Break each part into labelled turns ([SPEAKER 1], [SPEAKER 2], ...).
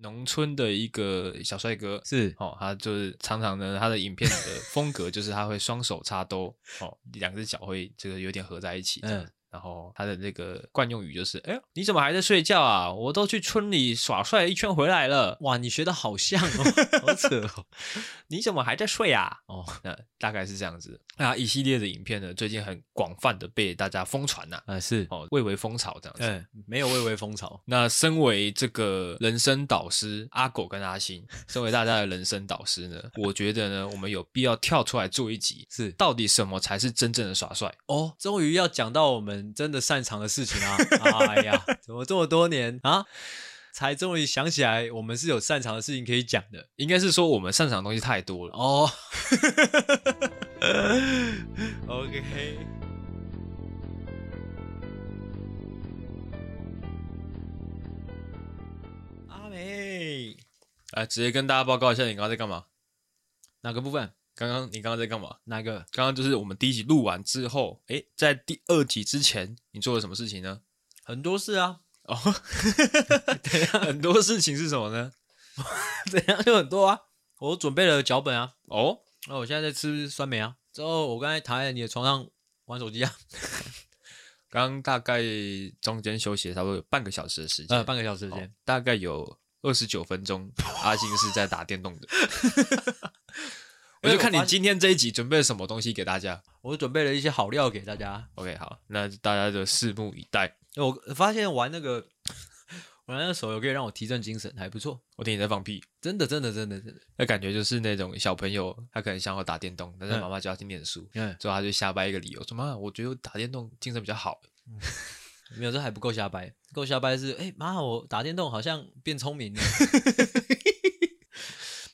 [SPEAKER 1] 农村的一个小帅哥，
[SPEAKER 2] 是
[SPEAKER 1] 哦，他就是常常呢，他的影片 的风格就是他会双手插兜，哦，两只脚会这个有点合在一起，嗯
[SPEAKER 2] 嗯。
[SPEAKER 1] 然后他的这个惯用语就是：“哎呦，你怎么还在睡觉啊？我都去村里耍帅一圈回来了，
[SPEAKER 2] 哇，你学的好像 哦， 好扯哦。
[SPEAKER 1] 你怎么还在睡啊？”
[SPEAKER 2] 哦，
[SPEAKER 1] 那大概是这样子。那一系列的影片呢，最近很广泛的被大家疯传呐、
[SPEAKER 2] 啊 是，
[SPEAKER 1] 哦，蔚为风潮这样子。
[SPEAKER 2] 嗯，没有蔚为风潮，
[SPEAKER 1] 那身为这个人生导师阿狗跟阿星，身为大家的人生导师呢，我觉得呢，我们有必要跳出来做一集，
[SPEAKER 2] 是
[SPEAKER 1] 到底什么才是真正的耍帅？
[SPEAKER 2] 哦，终于要讲到我们真的擅长的事情啊！哎呀，怎么这么多年啊，才终于想起来我们是有擅长的事情可以讲的
[SPEAKER 1] 应该是说我们擅长的东西太多了。
[SPEAKER 2] 哦。OK，阿美
[SPEAKER 1] 啊，直接跟大家报告一下，你刚刚在干嘛？
[SPEAKER 2] 哪个部分？
[SPEAKER 1] 刚刚你刚刚在干嘛？
[SPEAKER 2] 哪个？
[SPEAKER 1] 刚刚就是我们第一集录完之后，诶，在第二集之前，你做了什么事情呢？
[SPEAKER 2] 很多事啊，
[SPEAKER 1] 哦，很多事情是什么呢？
[SPEAKER 2] 怎样就很多啊。我准备了脚本啊，
[SPEAKER 1] 哦，
[SPEAKER 2] 那、我现在在吃酸梅啊。之后我刚才躺在你的床上玩手机啊，
[SPEAKER 1] 刚刚大概中间休息了差不多有半个小时的时间，
[SPEAKER 2] 呃， 半个小时
[SPEAKER 1] 时
[SPEAKER 2] 的时
[SPEAKER 1] 间、
[SPEAKER 2] 间。
[SPEAKER 1] 大概有二十九分钟，阿星是在打电动的。我就看你今天这一集准备了什么东西给大家。
[SPEAKER 2] 我准备了一些好料给大家。
[SPEAKER 1] OK，好，那大家就拭目以待。
[SPEAKER 2] 我发现玩那个玩那个手游可以让我提振精神，还不错。
[SPEAKER 1] 我听你在放屁，
[SPEAKER 2] 真的，真的，真的，真的。
[SPEAKER 1] 那感觉就是那种小朋友，他可能想要打电动，但是
[SPEAKER 2] 嗯
[SPEAKER 1] 妈妈就要去念书，
[SPEAKER 2] 嗯，
[SPEAKER 1] 之后他就瞎掰一个理由，说妈，我觉得我打电动精神比较好。
[SPEAKER 2] 没有，这还不够瞎掰。够瞎掰是，哎、妈，我打电动好像变聪明了。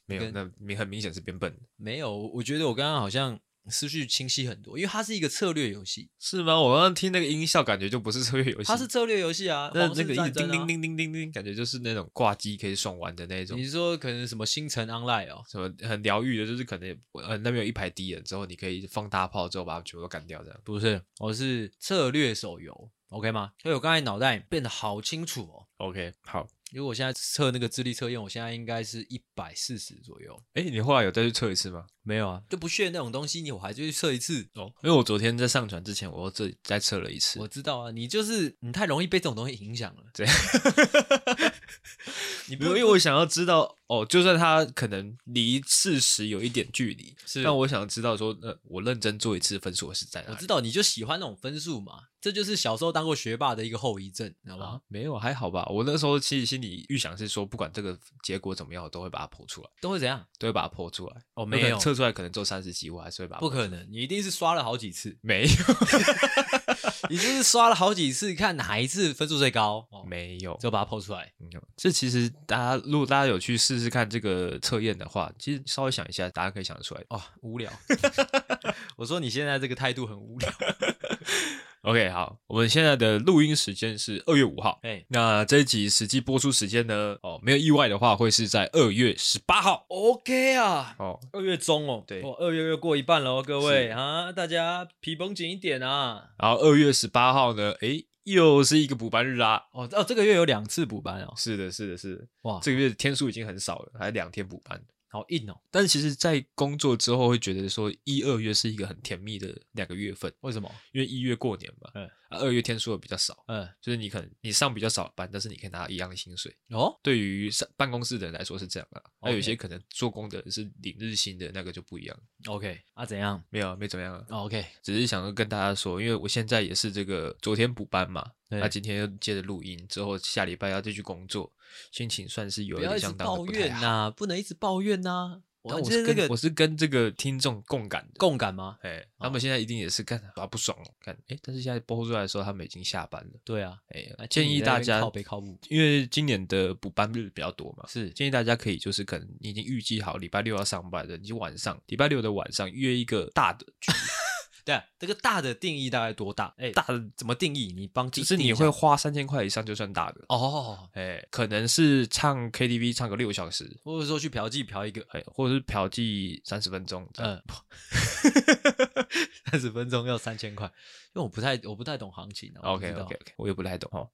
[SPEAKER 1] 没有，
[SPEAKER 2] 跟
[SPEAKER 1] 那明很明显是变笨的，
[SPEAKER 2] 没有，我我觉得我刚刚好像思绪清晰很多，因为它是一个策略游戏，
[SPEAKER 1] 是吗？我刚刚听那个音效，感觉就不是策略游戏，
[SPEAKER 2] 它是策略游戏啊。
[SPEAKER 1] 那
[SPEAKER 2] 皇
[SPEAKER 1] 那
[SPEAKER 2] 室
[SPEAKER 1] 个一直
[SPEAKER 2] 战争
[SPEAKER 1] 叮
[SPEAKER 2] 啊
[SPEAKER 1] 叮，叮叮叮叮，感觉就是那种挂机可以爽玩的那种
[SPEAKER 2] 你，是说可能什么星辰 online 哦？
[SPEAKER 1] 什么很疗愈的，就是可能呃那边有一排敌人之后，你可以放大炮之后把他们全部都干掉这样。
[SPEAKER 2] 不是，我是策略手游，OK 吗？所以我刚才脑袋变得好清楚哦。
[SPEAKER 1] OK，好，
[SPEAKER 2] 因为我现在测那个智力测验，我现在应该是一百四十左右。
[SPEAKER 1] 哎，你后来有再去测一次吗？
[SPEAKER 2] 没有啊，就不屑那种东西，你我还是去测一次。
[SPEAKER 1] 哦，因为我昨天在上传之前，我又再再测了一次
[SPEAKER 2] 我。知道啊，你就是你太容易被这种东西影响了。
[SPEAKER 1] 这样，
[SPEAKER 2] 你不
[SPEAKER 1] 没有，因为我想要知道哦，就算他可能离事实有一点距离，
[SPEAKER 2] 是
[SPEAKER 1] 但我想知道说，呃，我认真做一次分数是在哪
[SPEAKER 2] 我
[SPEAKER 1] 里？
[SPEAKER 2] 知道你就喜欢那种分数嘛，这就是小时候当过学霸的一个后遗症，你知道吗？
[SPEAKER 1] 啊，没有，还好吧。我那时候其实心里预想是说，不管这个结果怎么样，我都会把它剖出来。
[SPEAKER 2] 都会怎样？
[SPEAKER 1] 都会把它剖出来。
[SPEAKER 2] 哦
[SPEAKER 1] 有
[SPEAKER 2] 没
[SPEAKER 1] 可能
[SPEAKER 2] 有
[SPEAKER 1] 测出来可能只有三十几，我还是会把它
[SPEAKER 2] 不
[SPEAKER 1] 剖，
[SPEAKER 2] 可能，你一定是刷了好几次
[SPEAKER 1] 没有
[SPEAKER 2] 你就是刷了好几次，看哪一次分数最高，哦、
[SPEAKER 1] 没有
[SPEAKER 2] 就把它抛出来。
[SPEAKER 1] 没有。嗯这其实大家如果大家有去试试看这个测验的话，其实稍微想一下，大家可以想得出来。
[SPEAKER 2] 哦，无聊。我说你现在这个态度很无聊。
[SPEAKER 1] OK，好，我们现在的录音时间是二月五号。
[SPEAKER 2] 哎，
[SPEAKER 1] 那这一集实际播出时间呢？哦，没有意外的话，会是在二月十八号。
[SPEAKER 2] OK 啊，
[SPEAKER 1] 哦，
[SPEAKER 2] 二月中哦，
[SPEAKER 1] 对
[SPEAKER 2] 哦，二月又过一半了哦，各位
[SPEAKER 1] 是
[SPEAKER 2] 啊，大家皮绷紧一点啊。
[SPEAKER 1] 然后二月十八号呢？诶，又是一个补班日啦。
[SPEAKER 2] 哦哦，这个月有两次补班哦，
[SPEAKER 1] 是的，是的，是的。
[SPEAKER 2] 哇，
[SPEAKER 1] 这个月天数已经很少了，还两天补班。
[SPEAKER 2] 好硬哦，
[SPEAKER 1] 但其实，在工作之后，会觉得说一、二月是一个很甜蜜的两个月份，
[SPEAKER 2] 为什么？
[SPEAKER 1] 因为一月过年嘛，
[SPEAKER 2] 嗯
[SPEAKER 1] 啊，二月天数又比较少，
[SPEAKER 2] 嗯，
[SPEAKER 1] 就是你可能你上比较少的班，但是你可以拿到一样的薪水。
[SPEAKER 2] 哦，
[SPEAKER 1] 对于上办公室的人来说是这样的、那
[SPEAKER 2] OK
[SPEAKER 1] 有些可能做工的人是领日薪的，那个就不一样。
[SPEAKER 2] OK 啊，怎样、
[SPEAKER 1] 没有啊，没怎么样啊，
[SPEAKER 2] 哦、？OK，
[SPEAKER 1] 只是想要跟大家说，因为我现在也是这个昨天补班嘛，
[SPEAKER 2] 对
[SPEAKER 1] 那今天又接着录音，之后下礼拜要继续工作，心情算是有
[SPEAKER 2] 不
[SPEAKER 1] 一
[SPEAKER 2] 要
[SPEAKER 1] 点
[SPEAKER 2] 一直
[SPEAKER 1] 相当的
[SPEAKER 2] 抱
[SPEAKER 1] 不太
[SPEAKER 2] 怨
[SPEAKER 1] 好。
[SPEAKER 2] 呐、不能一直抱怨呐、
[SPEAKER 1] 但
[SPEAKER 2] 们
[SPEAKER 1] 我
[SPEAKER 2] 今
[SPEAKER 1] 是
[SPEAKER 2] 天这
[SPEAKER 1] 跟、
[SPEAKER 2] 个
[SPEAKER 1] 我是跟这个听众共感的，
[SPEAKER 2] 共感吗？
[SPEAKER 1] 哎，他们现在一定也是干啊不爽了，干哎，但是现在播出来的时候，他们已经下班了，
[SPEAKER 2] 对啊，
[SPEAKER 1] 哎
[SPEAKER 2] 啊，
[SPEAKER 1] 建议大
[SPEAKER 2] 听你在
[SPEAKER 1] 家
[SPEAKER 2] 那边靠，北靠步
[SPEAKER 1] 因为今年的补班日比较多嘛，
[SPEAKER 2] 是
[SPEAKER 1] 建议大家可以就是可能你已经预计好礼拜六要上班的，你就晚上礼拜六的晚上约一个大的局，
[SPEAKER 2] 对、啊，这个大的定义大概多大？哎、大的怎么定义？你帮
[SPEAKER 1] 就
[SPEAKER 2] 定
[SPEAKER 1] 是
[SPEAKER 2] 定
[SPEAKER 1] 你
[SPEAKER 2] 一下
[SPEAKER 1] 会花三千块以上就算大的，
[SPEAKER 2] 哦，
[SPEAKER 1] 哎，可能是唱 KTV 唱个六小时，
[SPEAKER 2] 或者说去嫖妓嫖一个，
[SPEAKER 1] 哎，或者是嫖妓三十分钟，嗯，
[SPEAKER 2] 嗯，三十分钟要三千块，因为我不太我不太懂行情啊我不
[SPEAKER 1] OK
[SPEAKER 2] 知道
[SPEAKER 1] OK OK，我也不太懂哦。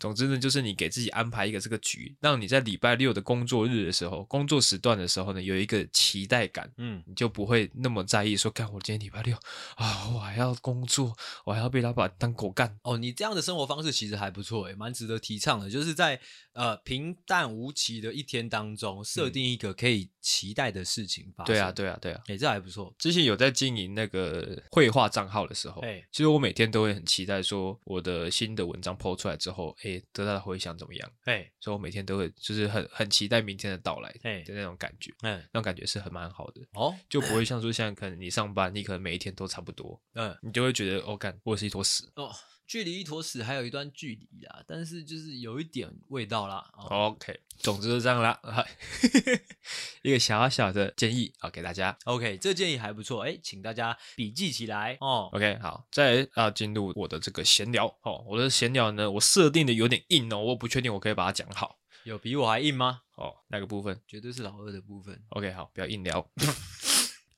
[SPEAKER 1] 总之呢，就是你给自己安排一个这个局，让你在礼拜六的工作日的时候，工作时段的时候呢，有一个期待感，
[SPEAKER 2] 嗯，
[SPEAKER 1] 你就不会那么在意说，干我今天礼拜六啊，我还要工作，我还要被老板当狗干。
[SPEAKER 2] 哦，你这样的生活方式其实还不错，诶，欸蛮值得提倡的。就是在呃平淡无奇的一天当中，设
[SPEAKER 1] 嗯
[SPEAKER 2] 定一个可以期待的事情发生。
[SPEAKER 1] 对啊，，对啊，对啊。
[SPEAKER 2] 诶，这还不错。
[SPEAKER 1] 之前有在经营那个绘画账号的时候，
[SPEAKER 2] 哎
[SPEAKER 1] 其实我每天都会很期待说我的新的文章 PO 出来之后，哎、得到的回响怎么样？
[SPEAKER 2] 哎
[SPEAKER 1] 所以我每天都会就是很很期待明天的到来
[SPEAKER 2] 哎
[SPEAKER 1] 的那种感觉，
[SPEAKER 2] 嗯，
[SPEAKER 1] 那种感觉是很蛮好的，
[SPEAKER 2] 哦，
[SPEAKER 1] 就不会像说现在可能你上班，你可能每一天都差不多，
[SPEAKER 2] 嗯，
[SPEAKER 1] 你就会觉得哦，干我是一坨屎。
[SPEAKER 2] 哦，距离一坨屎还有一段距离啊，但是就是有一点味道啦。哦，
[SPEAKER 1] OK，总之就这样啦， 啊一个小小的建议啊给大家。
[SPEAKER 2] OK，这建议还不错，哎，请大家笔记起来哦。
[SPEAKER 1] OK，好，再啊进入我的这个闲聊哦，我的闲聊呢，我设定的有点硬哦，我不确定我可以把它讲好
[SPEAKER 2] 有比我还硬吗？
[SPEAKER 1] 哦，那个部分
[SPEAKER 2] 绝对是老二的部分。
[SPEAKER 1] OK，好，不要硬聊。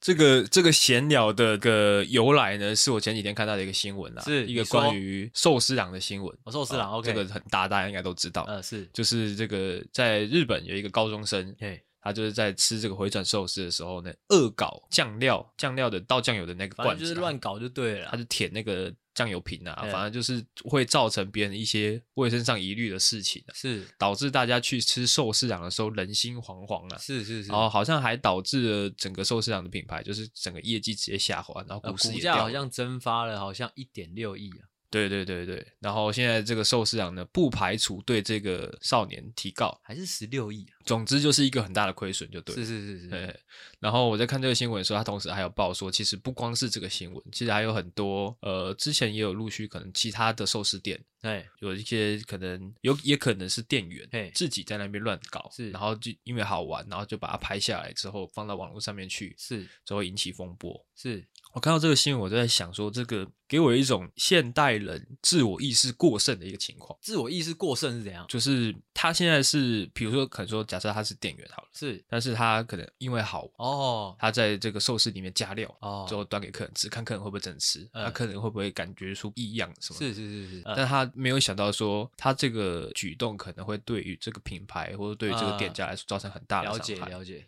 [SPEAKER 1] 这个这个闲聊的个由来呢，是我前几天看到的一个新闻啦，
[SPEAKER 2] 是
[SPEAKER 1] 一
[SPEAKER 2] 你
[SPEAKER 1] 个
[SPEAKER 2] 说
[SPEAKER 1] 关于寿司郎的新闻。
[SPEAKER 2] 我寿司郎
[SPEAKER 1] 哦
[SPEAKER 2] OK
[SPEAKER 1] 这个很大，大家应该都知道，
[SPEAKER 2] 呃，是，
[SPEAKER 1] 就是这个在日本有一个高中生，
[SPEAKER 2] 哎，
[SPEAKER 1] 他就是在吃这个回转寿司的时候呢，恶搞酱料酱料的倒酱油的那个
[SPEAKER 2] 反
[SPEAKER 1] 罐
[SPEAKER 2] 正
[SPEAKER 1] 子啊，
[SPEAKER 2] 就是乱搞就对了
[SPEAKER 1] 他
[SPEAKER 2] 啦。
[SPEAKER 1] 就舔那个酱油瓶啊，
[SPEAKER 2] 嗯
[SPEAKER 1] 反正就是会造成别人一些卫生上疑虑的事情、啊，
[SPEAKER 2] 是
[SPEAKER 1] 导致大家去吃寿司郎的时候人心惶惶啊。
[SPEAKER 2] 是是是，
[SPEAKER 1] 然后好像还导致了整个寿司郎的品牌就是整个业绩直接下滑，然后
[SPEAKER 2] 呃
[SPEAKER 1] 股市
[SPEAKER 2] 股
[SPEAKER 1] 也
[SPEAKER 2] 价
[SPEAKER 1] 掉
[SPEAKER 2] 好
[SPEAKER 1] 了。
[SPEAKER 2] 像蒸发了，好像一点六亿啊。
[SPEAKER 1] 对对对对，然后现在这个寿司郎呢，不排除对这个少年提告，
[SPEAKER 2] 还是十六亿啊？
[SPEAKER 1] 总之就是一个很大的亏损，就对了。
[SPEAKER 2] 是是是是，
[SPEAKER 1] 对，然后我在看这个新闻的时候，他同时还有报说，其实不光是这个新闻，其实还有很多呃，之前也有陆续可能其他的寿司店
[SPEAKER 2] 哎，
[SPEAKER 1] 有一些可能有，也可能是店员
[SPEAKER 2] 嘿
[SPEAKER 1] 自己在那边乱搞，
[SPEAKER 2] 是
[SPEAKER 1] 然后就因为好玩，然后就把它拍下来之后放到网络上面去，
[SPEAKER 2] 是
[SPEAKER 1] 就会引起风波。
[SPEAKER 2] 是，
[SPEAKER 1] 我看到这个新闻，我就在想说，这个给我一种现代人自我意识过剩的一个情况，
[SPEAKER 2] 自我意识过剩是怎样？
[SPEAKER 1] 就是他现在是，比如说可能说，假设他是店员好了，
[SPEAKER 2] 是
[SPEAKER 1] 但是他可能因为好玩。
[SPEAKER 2] 哦
[SPEAKER 1] 他在这个寿司里面加料，
[SPEAKER 2] 哦，
[SPEAKER 1] 之后端给客人吃，看客人会不会真吃，
[SPEAKER 2] 嗯
[SPEAKER 1] 那客人会不会感觉出异样什么的。
[SPEAKER 2] 是是是是，呃
[SPEAKER 1] 但他没有想到说，他这个举动可能会对于这个品牌或者对于这个店家来说造成很大的
[SPEAKER 2] 嗯了
[SPEAKER 1] 伤
[SPEAKER 2] 解
[SPEAKER 1] 害。
[SPEAKER 2] 了解，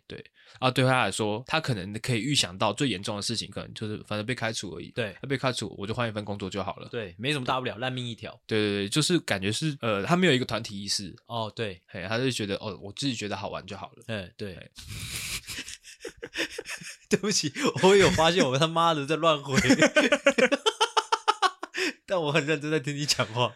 [SPEAKER 1] 啊，对他来说，他可能可以预想到最严重的事情，可能就是反正被开除而已。
[SPEAKER 2] 对
[SPEAKER 1] 他被开除，我就换一份工作就好了。
[SPEAKER 2] 对，没什么大不了，烂命一条。
[SPEAKER 1] 对对对，就是感觉是呃，他没有一个团体意识，
[SPEAKER 2] 哦，对，
[SPEAKER 1] 嘿，他就觉得哦，我自己觉得好玩就好了。
[SPEAKER 2] 嗯，对
[SPEAKER 1] 哎。
[SPEAKER 2] 对不起，我有发现我他妈的在乱回， 但我很认真在听你讲话。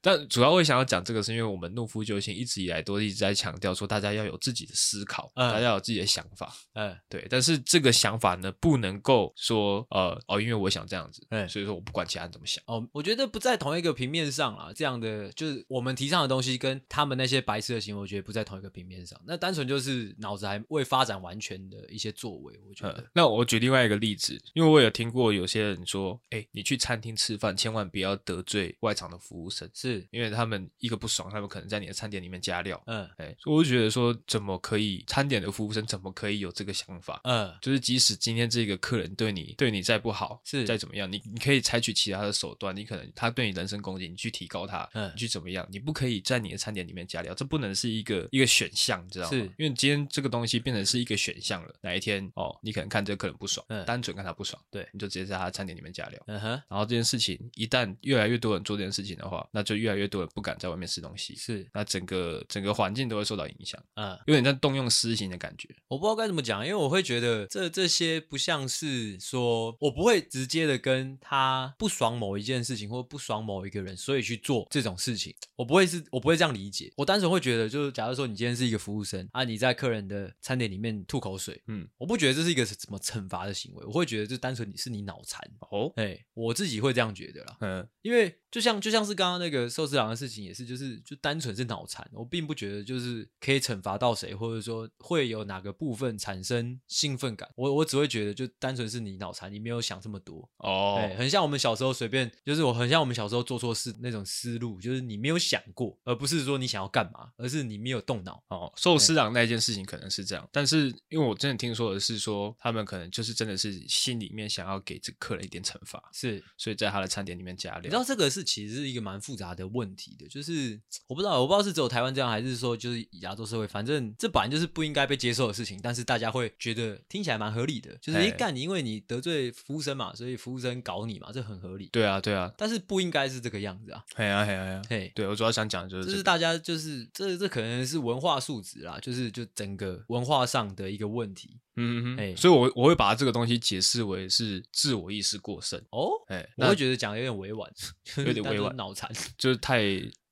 [SPEAKER 1] 但主要会想要讲这个，是因为我们怒夫救星一直以来都一直在强调说，大家要有自己的思考，
[SPEAKER 2] 嗯
[SPEAKER 1] 大家要有自己的想法，
[SPEAKER 2] 嗯，
[SPEAKER 1] 对。但是这个想法呢，不能够说呃哦，因为我想这样子，
[SPEAKER 2] 嗯
[SPEAKER 1] 所以说我不管其他人怎么想。
[SPEAKER 2] 哦，我觉得不在同一个平面上啦。这样的就是我们提倡的东西跟他们那些白痴的行为，我觉得不在同一个平面上。那单纯就是脑子还未发展完全的一些作为，我觉
[SPEAKER 1] 呃
[SPEAKER 2] 得，嗯
[SPEAKER 1] 那我举另外一个例子，因为我有听过有些人说，哎，你去餐厅吃饭，千万不要得罪外场的服务生，
[SPEAKER 2] 是，
[SPEAKER 1] 因为他们一个不爽，他们可能在你的餐点里面加料。
[SPEAKER 2] 嗯
[SPEAKER 1] 哎，所以我就觉得说，怎么可以餐点的服务生怎么可以有这个想法？
[SPEAKER 2] 嗯，
[SPEAKER 1] 就是即使今天这个客人对你对你再不好，
[SPEAKER 2] 是
[SPEAKER 1] 再怎么样，你你可以采取其他的手段，你可能他对你人身攻击，你去提高他，
[SPEAKER 2] 嗯
[SPEAKER 1] 你去怎么样，你不可以在你的餐点里面加料，这不能是一个一个选项，你知道吗？
[SPEAKER 2] 是
[SPEAKER 1] 因为今天这个东西变成是一个选项了，哪一天哦，你可能看这个客人不爽，
[SPEAKER 2] 嗯
[SPEAKER 1] 单纯看他不爽，
[SPEAKER 2] 对
[SPEAKER 1] 你就直接在他的餐点里面加料。
[SPEAKER 2] 嗯哼，
[SPEAKER 1] 然后这件事情一旦越来越多人做这件事情的话，那就越来越多人不敢在外面吃东西，
[SPEAKER 2] 是，
[SPEAKER 1] 那整个整个环境都会受到影响，
[SPEAKER 2] 嗯。
[SPEAKER 1] 有点像动用私刑的感觉。
[SPEAKER 2] 我不知道该怎么讲，因为我会觉得这这些不像是说，我不会直接的跟他不爽某一件事情或不爽某一个人，所以去做这种事情，我不会是，我不会这样理解。我单纯会觉得，就是假如说你今天是一个服务生啊，你在客人的餐点里面吐口水，
[SPEAKER 1] 嗯，
[SPEAKER 2] 我不觉得这是一个什么惩罚的行为，我会觉得这单纯你是你脑残，
[SPEAKER 1] 哦，
[SPEAKER 2] 哎，我自己会这样觉得啦。
[SPEAKER 1] 嗯，
[SPEAKER 2] 因为就像就像是刚刚那个寿司郎的事情也是，就是就单纯是脑残，我并不觉得就是可以惩罚到谁，或者说会有哪个部分产生兴奋感。我我只会觉得就单纯是你脑残，你没有想这么多。
[SPEAKER 1] 哦，
[SPEAKER 2] 对，很像我们小时候随便，就是我很像我们小时候做错事那种思路，就是你没有想过，而不是说你想要干嘛，而是你没有动脑。
[SPEAKER 1] 哦，寿司郎那件事情可能是这样，但是因为我真的听说的是说，他们可能就是真的是心里面想要给这客人一点惩罚，
[SPEAKER 2] 是，
[SPEAKER 1] 所以在他的餐点里面加
[SPEAKER 2] 你
[SPEAKER 1] 料。
[SPEAKER 2] 知道这个是其实是一个蛮复杂的的问题的，就是我不知道，我不知道是只有台湾这样，还是说就是亚洲社会，反正这本来就是不应该被接受的事情，但是大家会觉得听起来蛮合理的，就是
[SPEAKER 1] 哎
[SPEAKER 2] 一干你，因为你得罪服务生嘛，所以服务生搞你嘛，这很合理。
[SPEAKER 1] 对啊，对啊，
[SPEAKER 2] 但是不应该是这个样子啊，
[SPEAKER 1] 嘿啊，嘿啊，嘿啊。
[SPEAKER 2] 嘿。
[SPEAKER 1] 对我主要想讲的就是这
[SPEAKER 2] 就是
[SPEAKER 1] 个
[SPEAKER 2] 大家就是这这可能是文化素质啦，就是就整个文化上的一个问题
[SPEAKER 1] 嗯嗯
[SPEAKER 2] 哎
[SPEAKER 1] 嗯，所以我我会把这个东西解释为是自我意识过剩，
[SPEAKER 2] 哦。
[SPEAKER 1] 哎，
[SPEAKER 2] 我
[SPEAKER 1] 那
[SPEAKER 2] 会觉得讲的有点委婉，就是
[SPEAKER 1] 有点
[SPEAKER 2] 大家
[SPEAKER 1] 委婉
[SPEAKER 2] 脑残
[SPEAKER 1] 就是太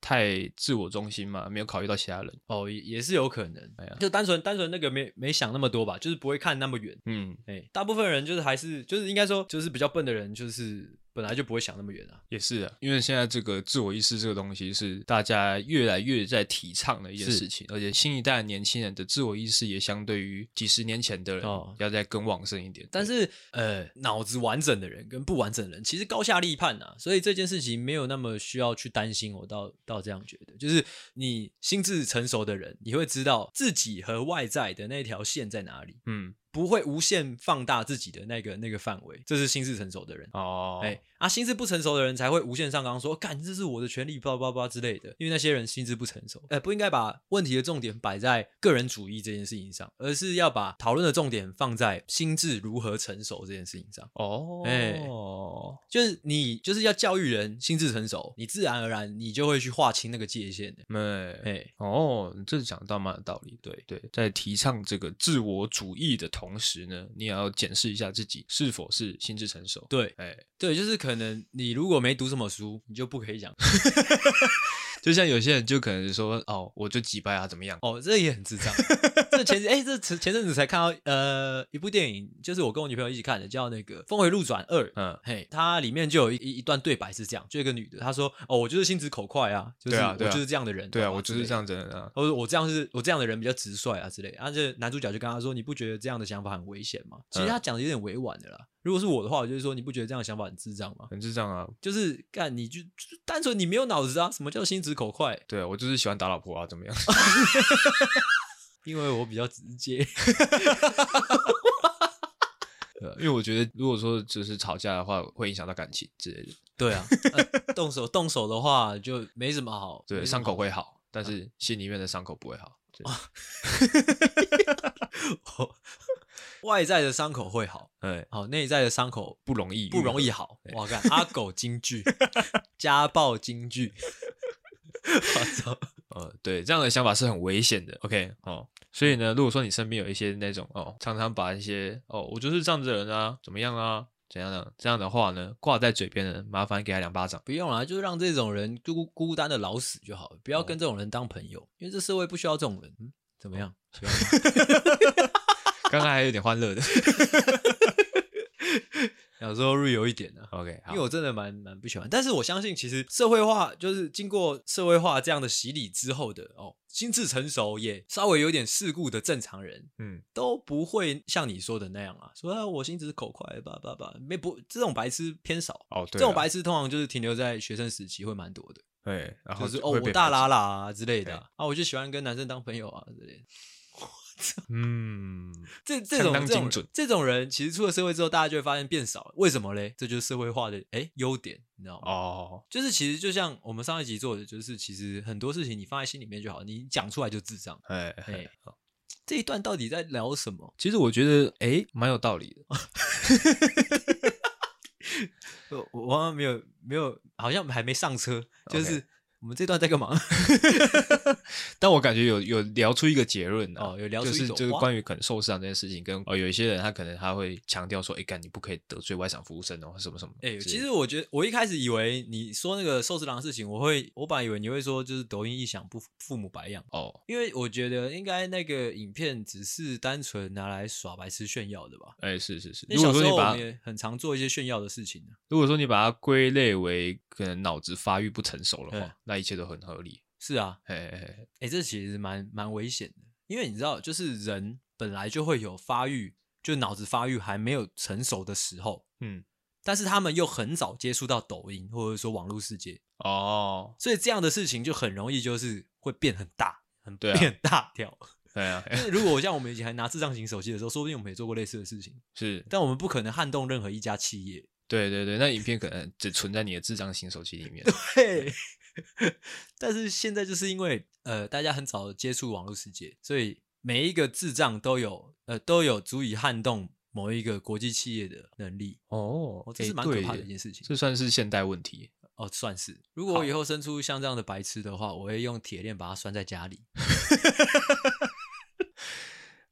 [SPEAKER 1] 太自我中心嘛，没有考虑到其他人。
[SPEAKER 2] 哦，也也是有可能
[SPEAKER 1] 哎呀，
[SPEAKER 2] 就单纯单纯那个没没想那么多吧，就是不会看那么远。
[SPEAKER 1] 嗯，
[SPEAKER 2] 哎、大部分人就是还是就是应该说就是比较笨的人，就是本来就不会想那么远啊。
[SPEAKER 1] 也是啊，因为现在这个自我意识这个东西是大家越来越在提倡的一件
[SPEAKER 2] 是
[SPEAKER 1] 事情，而且新一代的年轻人的自我意识也相对于几十年前的人
[SPEAKER 2] 哦
[SPEAKER 1] 要再更旺盛一点。
[SPEAKER 2] 但是呃，脑子完整的人跟不完整的人其实高下立判啊，所以这件事情没有那么需要去担心。我倒倒这样觉得，就是你心智成熟的人，你会知道自己和外在的那条线在哪里，
[SPEAKER 1] 嗯，
[SPEAKER 2] 不会无限放大自己的那个那个范围，这是心智成熟的人。
[SPEAKER 1] 哦，
[SPEAKER 2] 哎、啊，心智不成熟的人才会无限上纲，说干这是我的权利，叭叭叭之类的。因为那些人心智不成熟，哎、不应该把问题的重点摆在个人主义这件事情上，而是要把讨论的重点放在心智如何成熟这件事情上。
[SPEAKER 1] 哦，
[SPEAKER 2] 哎就是你就是要教育人心智成熟，你自然而然你就会去划清那个界限的。
[SPEAKER 1] 哎，
[SPEAKER 2] 哎、
[SPEAKER 1] 哦，你这讲到蛮有道理。对对，在提倡这个自我主义的同时呢，你也要检视一下自己是否是心智成熟。
[SPEAKER 2] 对
[SPEAKER 1] 哎，
[SPEAKER 2] 对，就是可能你如果没读什么书，你就不可以讲
[SPEAKER 1] 就像有些人就可能说，哦，我就几百啊，怎么样？
[SPEAKER 2] 哦，这也 很智障。这前哎、这前前阵子才看到呃一部电影，就是我跟我女朋友一起看的，叫那个《峰回路转二》。
[SPEAKER 1] 嗯，
[SPEAKER 2] 嘿，它里面就有一一一段对白是这样，就有一个女的，她说：“哦，我就是心直口快啊，就是
[SPEAKER 1] 对啊
[SPEAKER 2] 我
[SPEAKER 1] 对啊
[SPEAKER 2] 就是这样的人，
[SPEAKER 1] 对啊，
[SPEAKER 2] 爸爸
[SPEAKER 1] 我就是这。
[SPEAKER 2] 哦之类
[SPEAKER 1] 样
[SPEAKER 2] 的”
[SPEAKER 1] 子的人啊。
[SPEAKER 2] 或者我这样是我这样的人比较直率啊之类的，然后这男主角就跟她说：“你不觉得这样的想法很危险吗？”其
[SPEAKER 1] 嗯
[SPEAKER 2] 实他讲的有点委婉的啦。如果是我的话，我就是说：“你不觉得这样的想法很智障吗
[SPEAKER 1] 很智障啊，？”
[SPEAKER 2] 就是干，你就就单纯你没有脑子啊！什么叫心直口快？
[SPEAKER 1] 对啊，我就是喜欢打老婆啊，怎么样？
[SPEAKER 2] 因为我比较直接。
[SPEAKER 1] 对啊因为我觉得，如果说就是吵架的话，会影响到感情之类的。
[SPEAKER 2] 对啊，呃动手动手的话就没什么好，
[SPEAKER 1] 对，
[SPEAKER 2] 没什
[SPEAKER 1] 伤
[SPEAKER 2] 么
[SPEAKER 1] 口会好，但
[SPEAKER 2] 嗯
[SPEAKER 1] 是心里面的伤口不会好。对
[SPEAKER 2] 哦外在的伤口会好，
[SPEAKER 1] 哎，
[SPEAKER 2] 好内在的伤口
[SPEAKER 1] 不容易，
[SPEAKER 2] 不容易。好。我看阿狗京剧，家暴京剧，我操！
[SPEAKER 1] 呃，对，这样的想法是很危险的。OK，哦，所以呢，如果说你身边有一些那种哦，常常把一些哦，我就是这样子的人啊，怎么样啊，怎样的这样的话呢，挂在嘴边的，麻烦给他两巴掌。
[SPEAKER 2] 不用啦，就让这种人孤孤单的老死就好了，不
[SPEAKER 1] 哦
[SPEAKER 2] 要跟这种人当朋友，因为这社会不需要这种人。嗯，怎么样？喜 欢吗
[SPEAKER 1] 刚刚还有点欢乐的。
[SPEAKER 2] 想说入游一点呢、啊。
[SPEAKER 1] OK，好
[SPEAKER 2] 因为，我真的蛮蛮不喜欢，但是我相信，其实社会化就是经过社会化这样的洗礼之后的哦，心智成熟也稍微有点世故的正常人，
[SPEAKER 1] 嗯，
[SPEAKER 2] 都不会像你说的那样啊，说啊我心直口快，叭叭叭，没不这种白痴偏少，
[SPEAKER 1] 哦，对，
[SPEAKER 2] 这种，白痴通常就是停留在学生时期会蛮多的，
[SPEAKER 1] 对，哎然后
[SPEAKER 2] 就是哦
[SPEAKER 1] 会
[SPEAKER 2] 我
[SPEAKER 1] 被
[SPEAKER 2] 大
[SPEAKER 1] 排挤
[SPEAKER 2] 啦啦啊之类的啊
[SPEAKER 1] 对
[SPEAKER 2] 啊，我就喜欢跟男生当朋友啊之类的。
[SPEAKER 1] 嗯，
[SPEAKER 2] 这这
[SPEAKER 1] 相
[SPEAKER 2] 种
[SPEAKER 1] 当
[SPEAKER 2] 这种
[SPEAKER 1] 精准
[SPEAKER 2] 这种人，其实出了社会之后，大家就会发现变少了。为什么嘞？这就是社会化的哎优点，你知道吗？
[SPEAKER 1] 哦，
[SPEAKER 2] 就是其实就像我们上一集做的，就是其实很多事情你放在心里面就好，你讲出来就 智障。
[SPEAKER 1] 哎，
[SPEAKER 2] 哎，这一段到底在聊什么？
[SPEAKER 1] 其实我觉得，哎，蛮有道理 的。
[SPEAKER 2] 我我好像没有没有，好像还没上车，就
[SPEAKER 1] OK
[SPEAKER 2] 是我们这段在干嘛？
[SPEAKER 1] 但我感觉有有聊出一个结论啊
[SPEAKER 2] 哦有聊出
[SPEAKER 1] 就
[SPEAKER 2] 一
[SPEAKER 1] 是
[SPEAKER 2] 种
[SPEAKER 1] 就是
[SPEAKER 2] 花
[SPEAKER 1] 关于可能受伤这件事情，跟哦有一些人他可能他会强调说，哎，干你不可以得罪外场服务生哦，什么什么之
[SPEAKER 2] 哎、
[SPEAKER 1] 类的。
[SPEAKER 2] 其实我觉得我一开始以为你说那个寿司郎的事情，我会我本来以为你会说就是抖音一响不父母白养，
[SPEAKER 1] 哦，
[SPEAKER 2] 因为我觉得应该那个影片只是单纯拿来耍白痴炫耀的吧。
[SPEAKER 1] 哎，是是是。
[SPEAKER 2] 因
[SPEAKER 1] 如
[SPEAKER 2] 为小
[SPEAKER 1] 果说
[SPEAKER 2] 时
[SPEAKER 1] 你
[SPEAKER 2] 候我
[SPEAKER 1] 把
[SPEAKER 2] 们
[SPEAKER 1] 它
[SPEAKER 2] 也很常做一些炫耀的事情呢、啊
[SPEAKER 1] 如果说你把它归类为可能脑子发育不成熟的
[SPEAKER 2] 嗯
[SPEAKER 1] 话，那一切都很合理。
[SPEAKER 2] 是啊，
[SPEAKER 1] 嘿嘿嘿，
[SPEAKER 2] 哎、这其实蛮蛮危险的，因为你知道，就是人本来就会有发育，就脑子发育还没有成熟的时候，
[SPEAKER 1] 嗯，
[SPEAKER 2] 但是他们又很早接触到抖音或者说网络世界，
[SPEAKER 1] 哦，
[SPEAKER 2] 所以这样的事情就很容易就是会变很大，很
[SPEAKER 1] 对啊
[SPEAKER 2] 变大条。
[SPEAKER 1] 对 啊，嘿
[SPEAKER 2] 就是如果像我们以前还拿智障型手机的时候，说不定我们也做过类似的事情，
[SPEAKER 1] 是，
[SPEAKER 2] 但我们不可能撼动任何一家企业。
[SPEAKER 1] 对对对，那影片可能只存在你的智障型手机里面。
[SPEAKER 2] 嘿，但是现在就是因为呃，大家很早接触网络世界，所以每一个智障都有呃都有足以撼动某一个国际企业的能力，
[SPEAKER 1] 哦
[SPEAKER 2] 哦，这是
[SPEAKER 1] 诶
[SPEAKER 2] 蛮可
[SPEAKER 1] 对
[SPEAKER 2] 怕的
[SPEAKER 1] 耶
[SPEAKER 2] 一件事情。
[SPEAKER 1] 这算是现代问题。
[SPEAKER 2] 哦，算是。如果我以后生出像这样的白痴的话，我会用铁链把它拴在家里。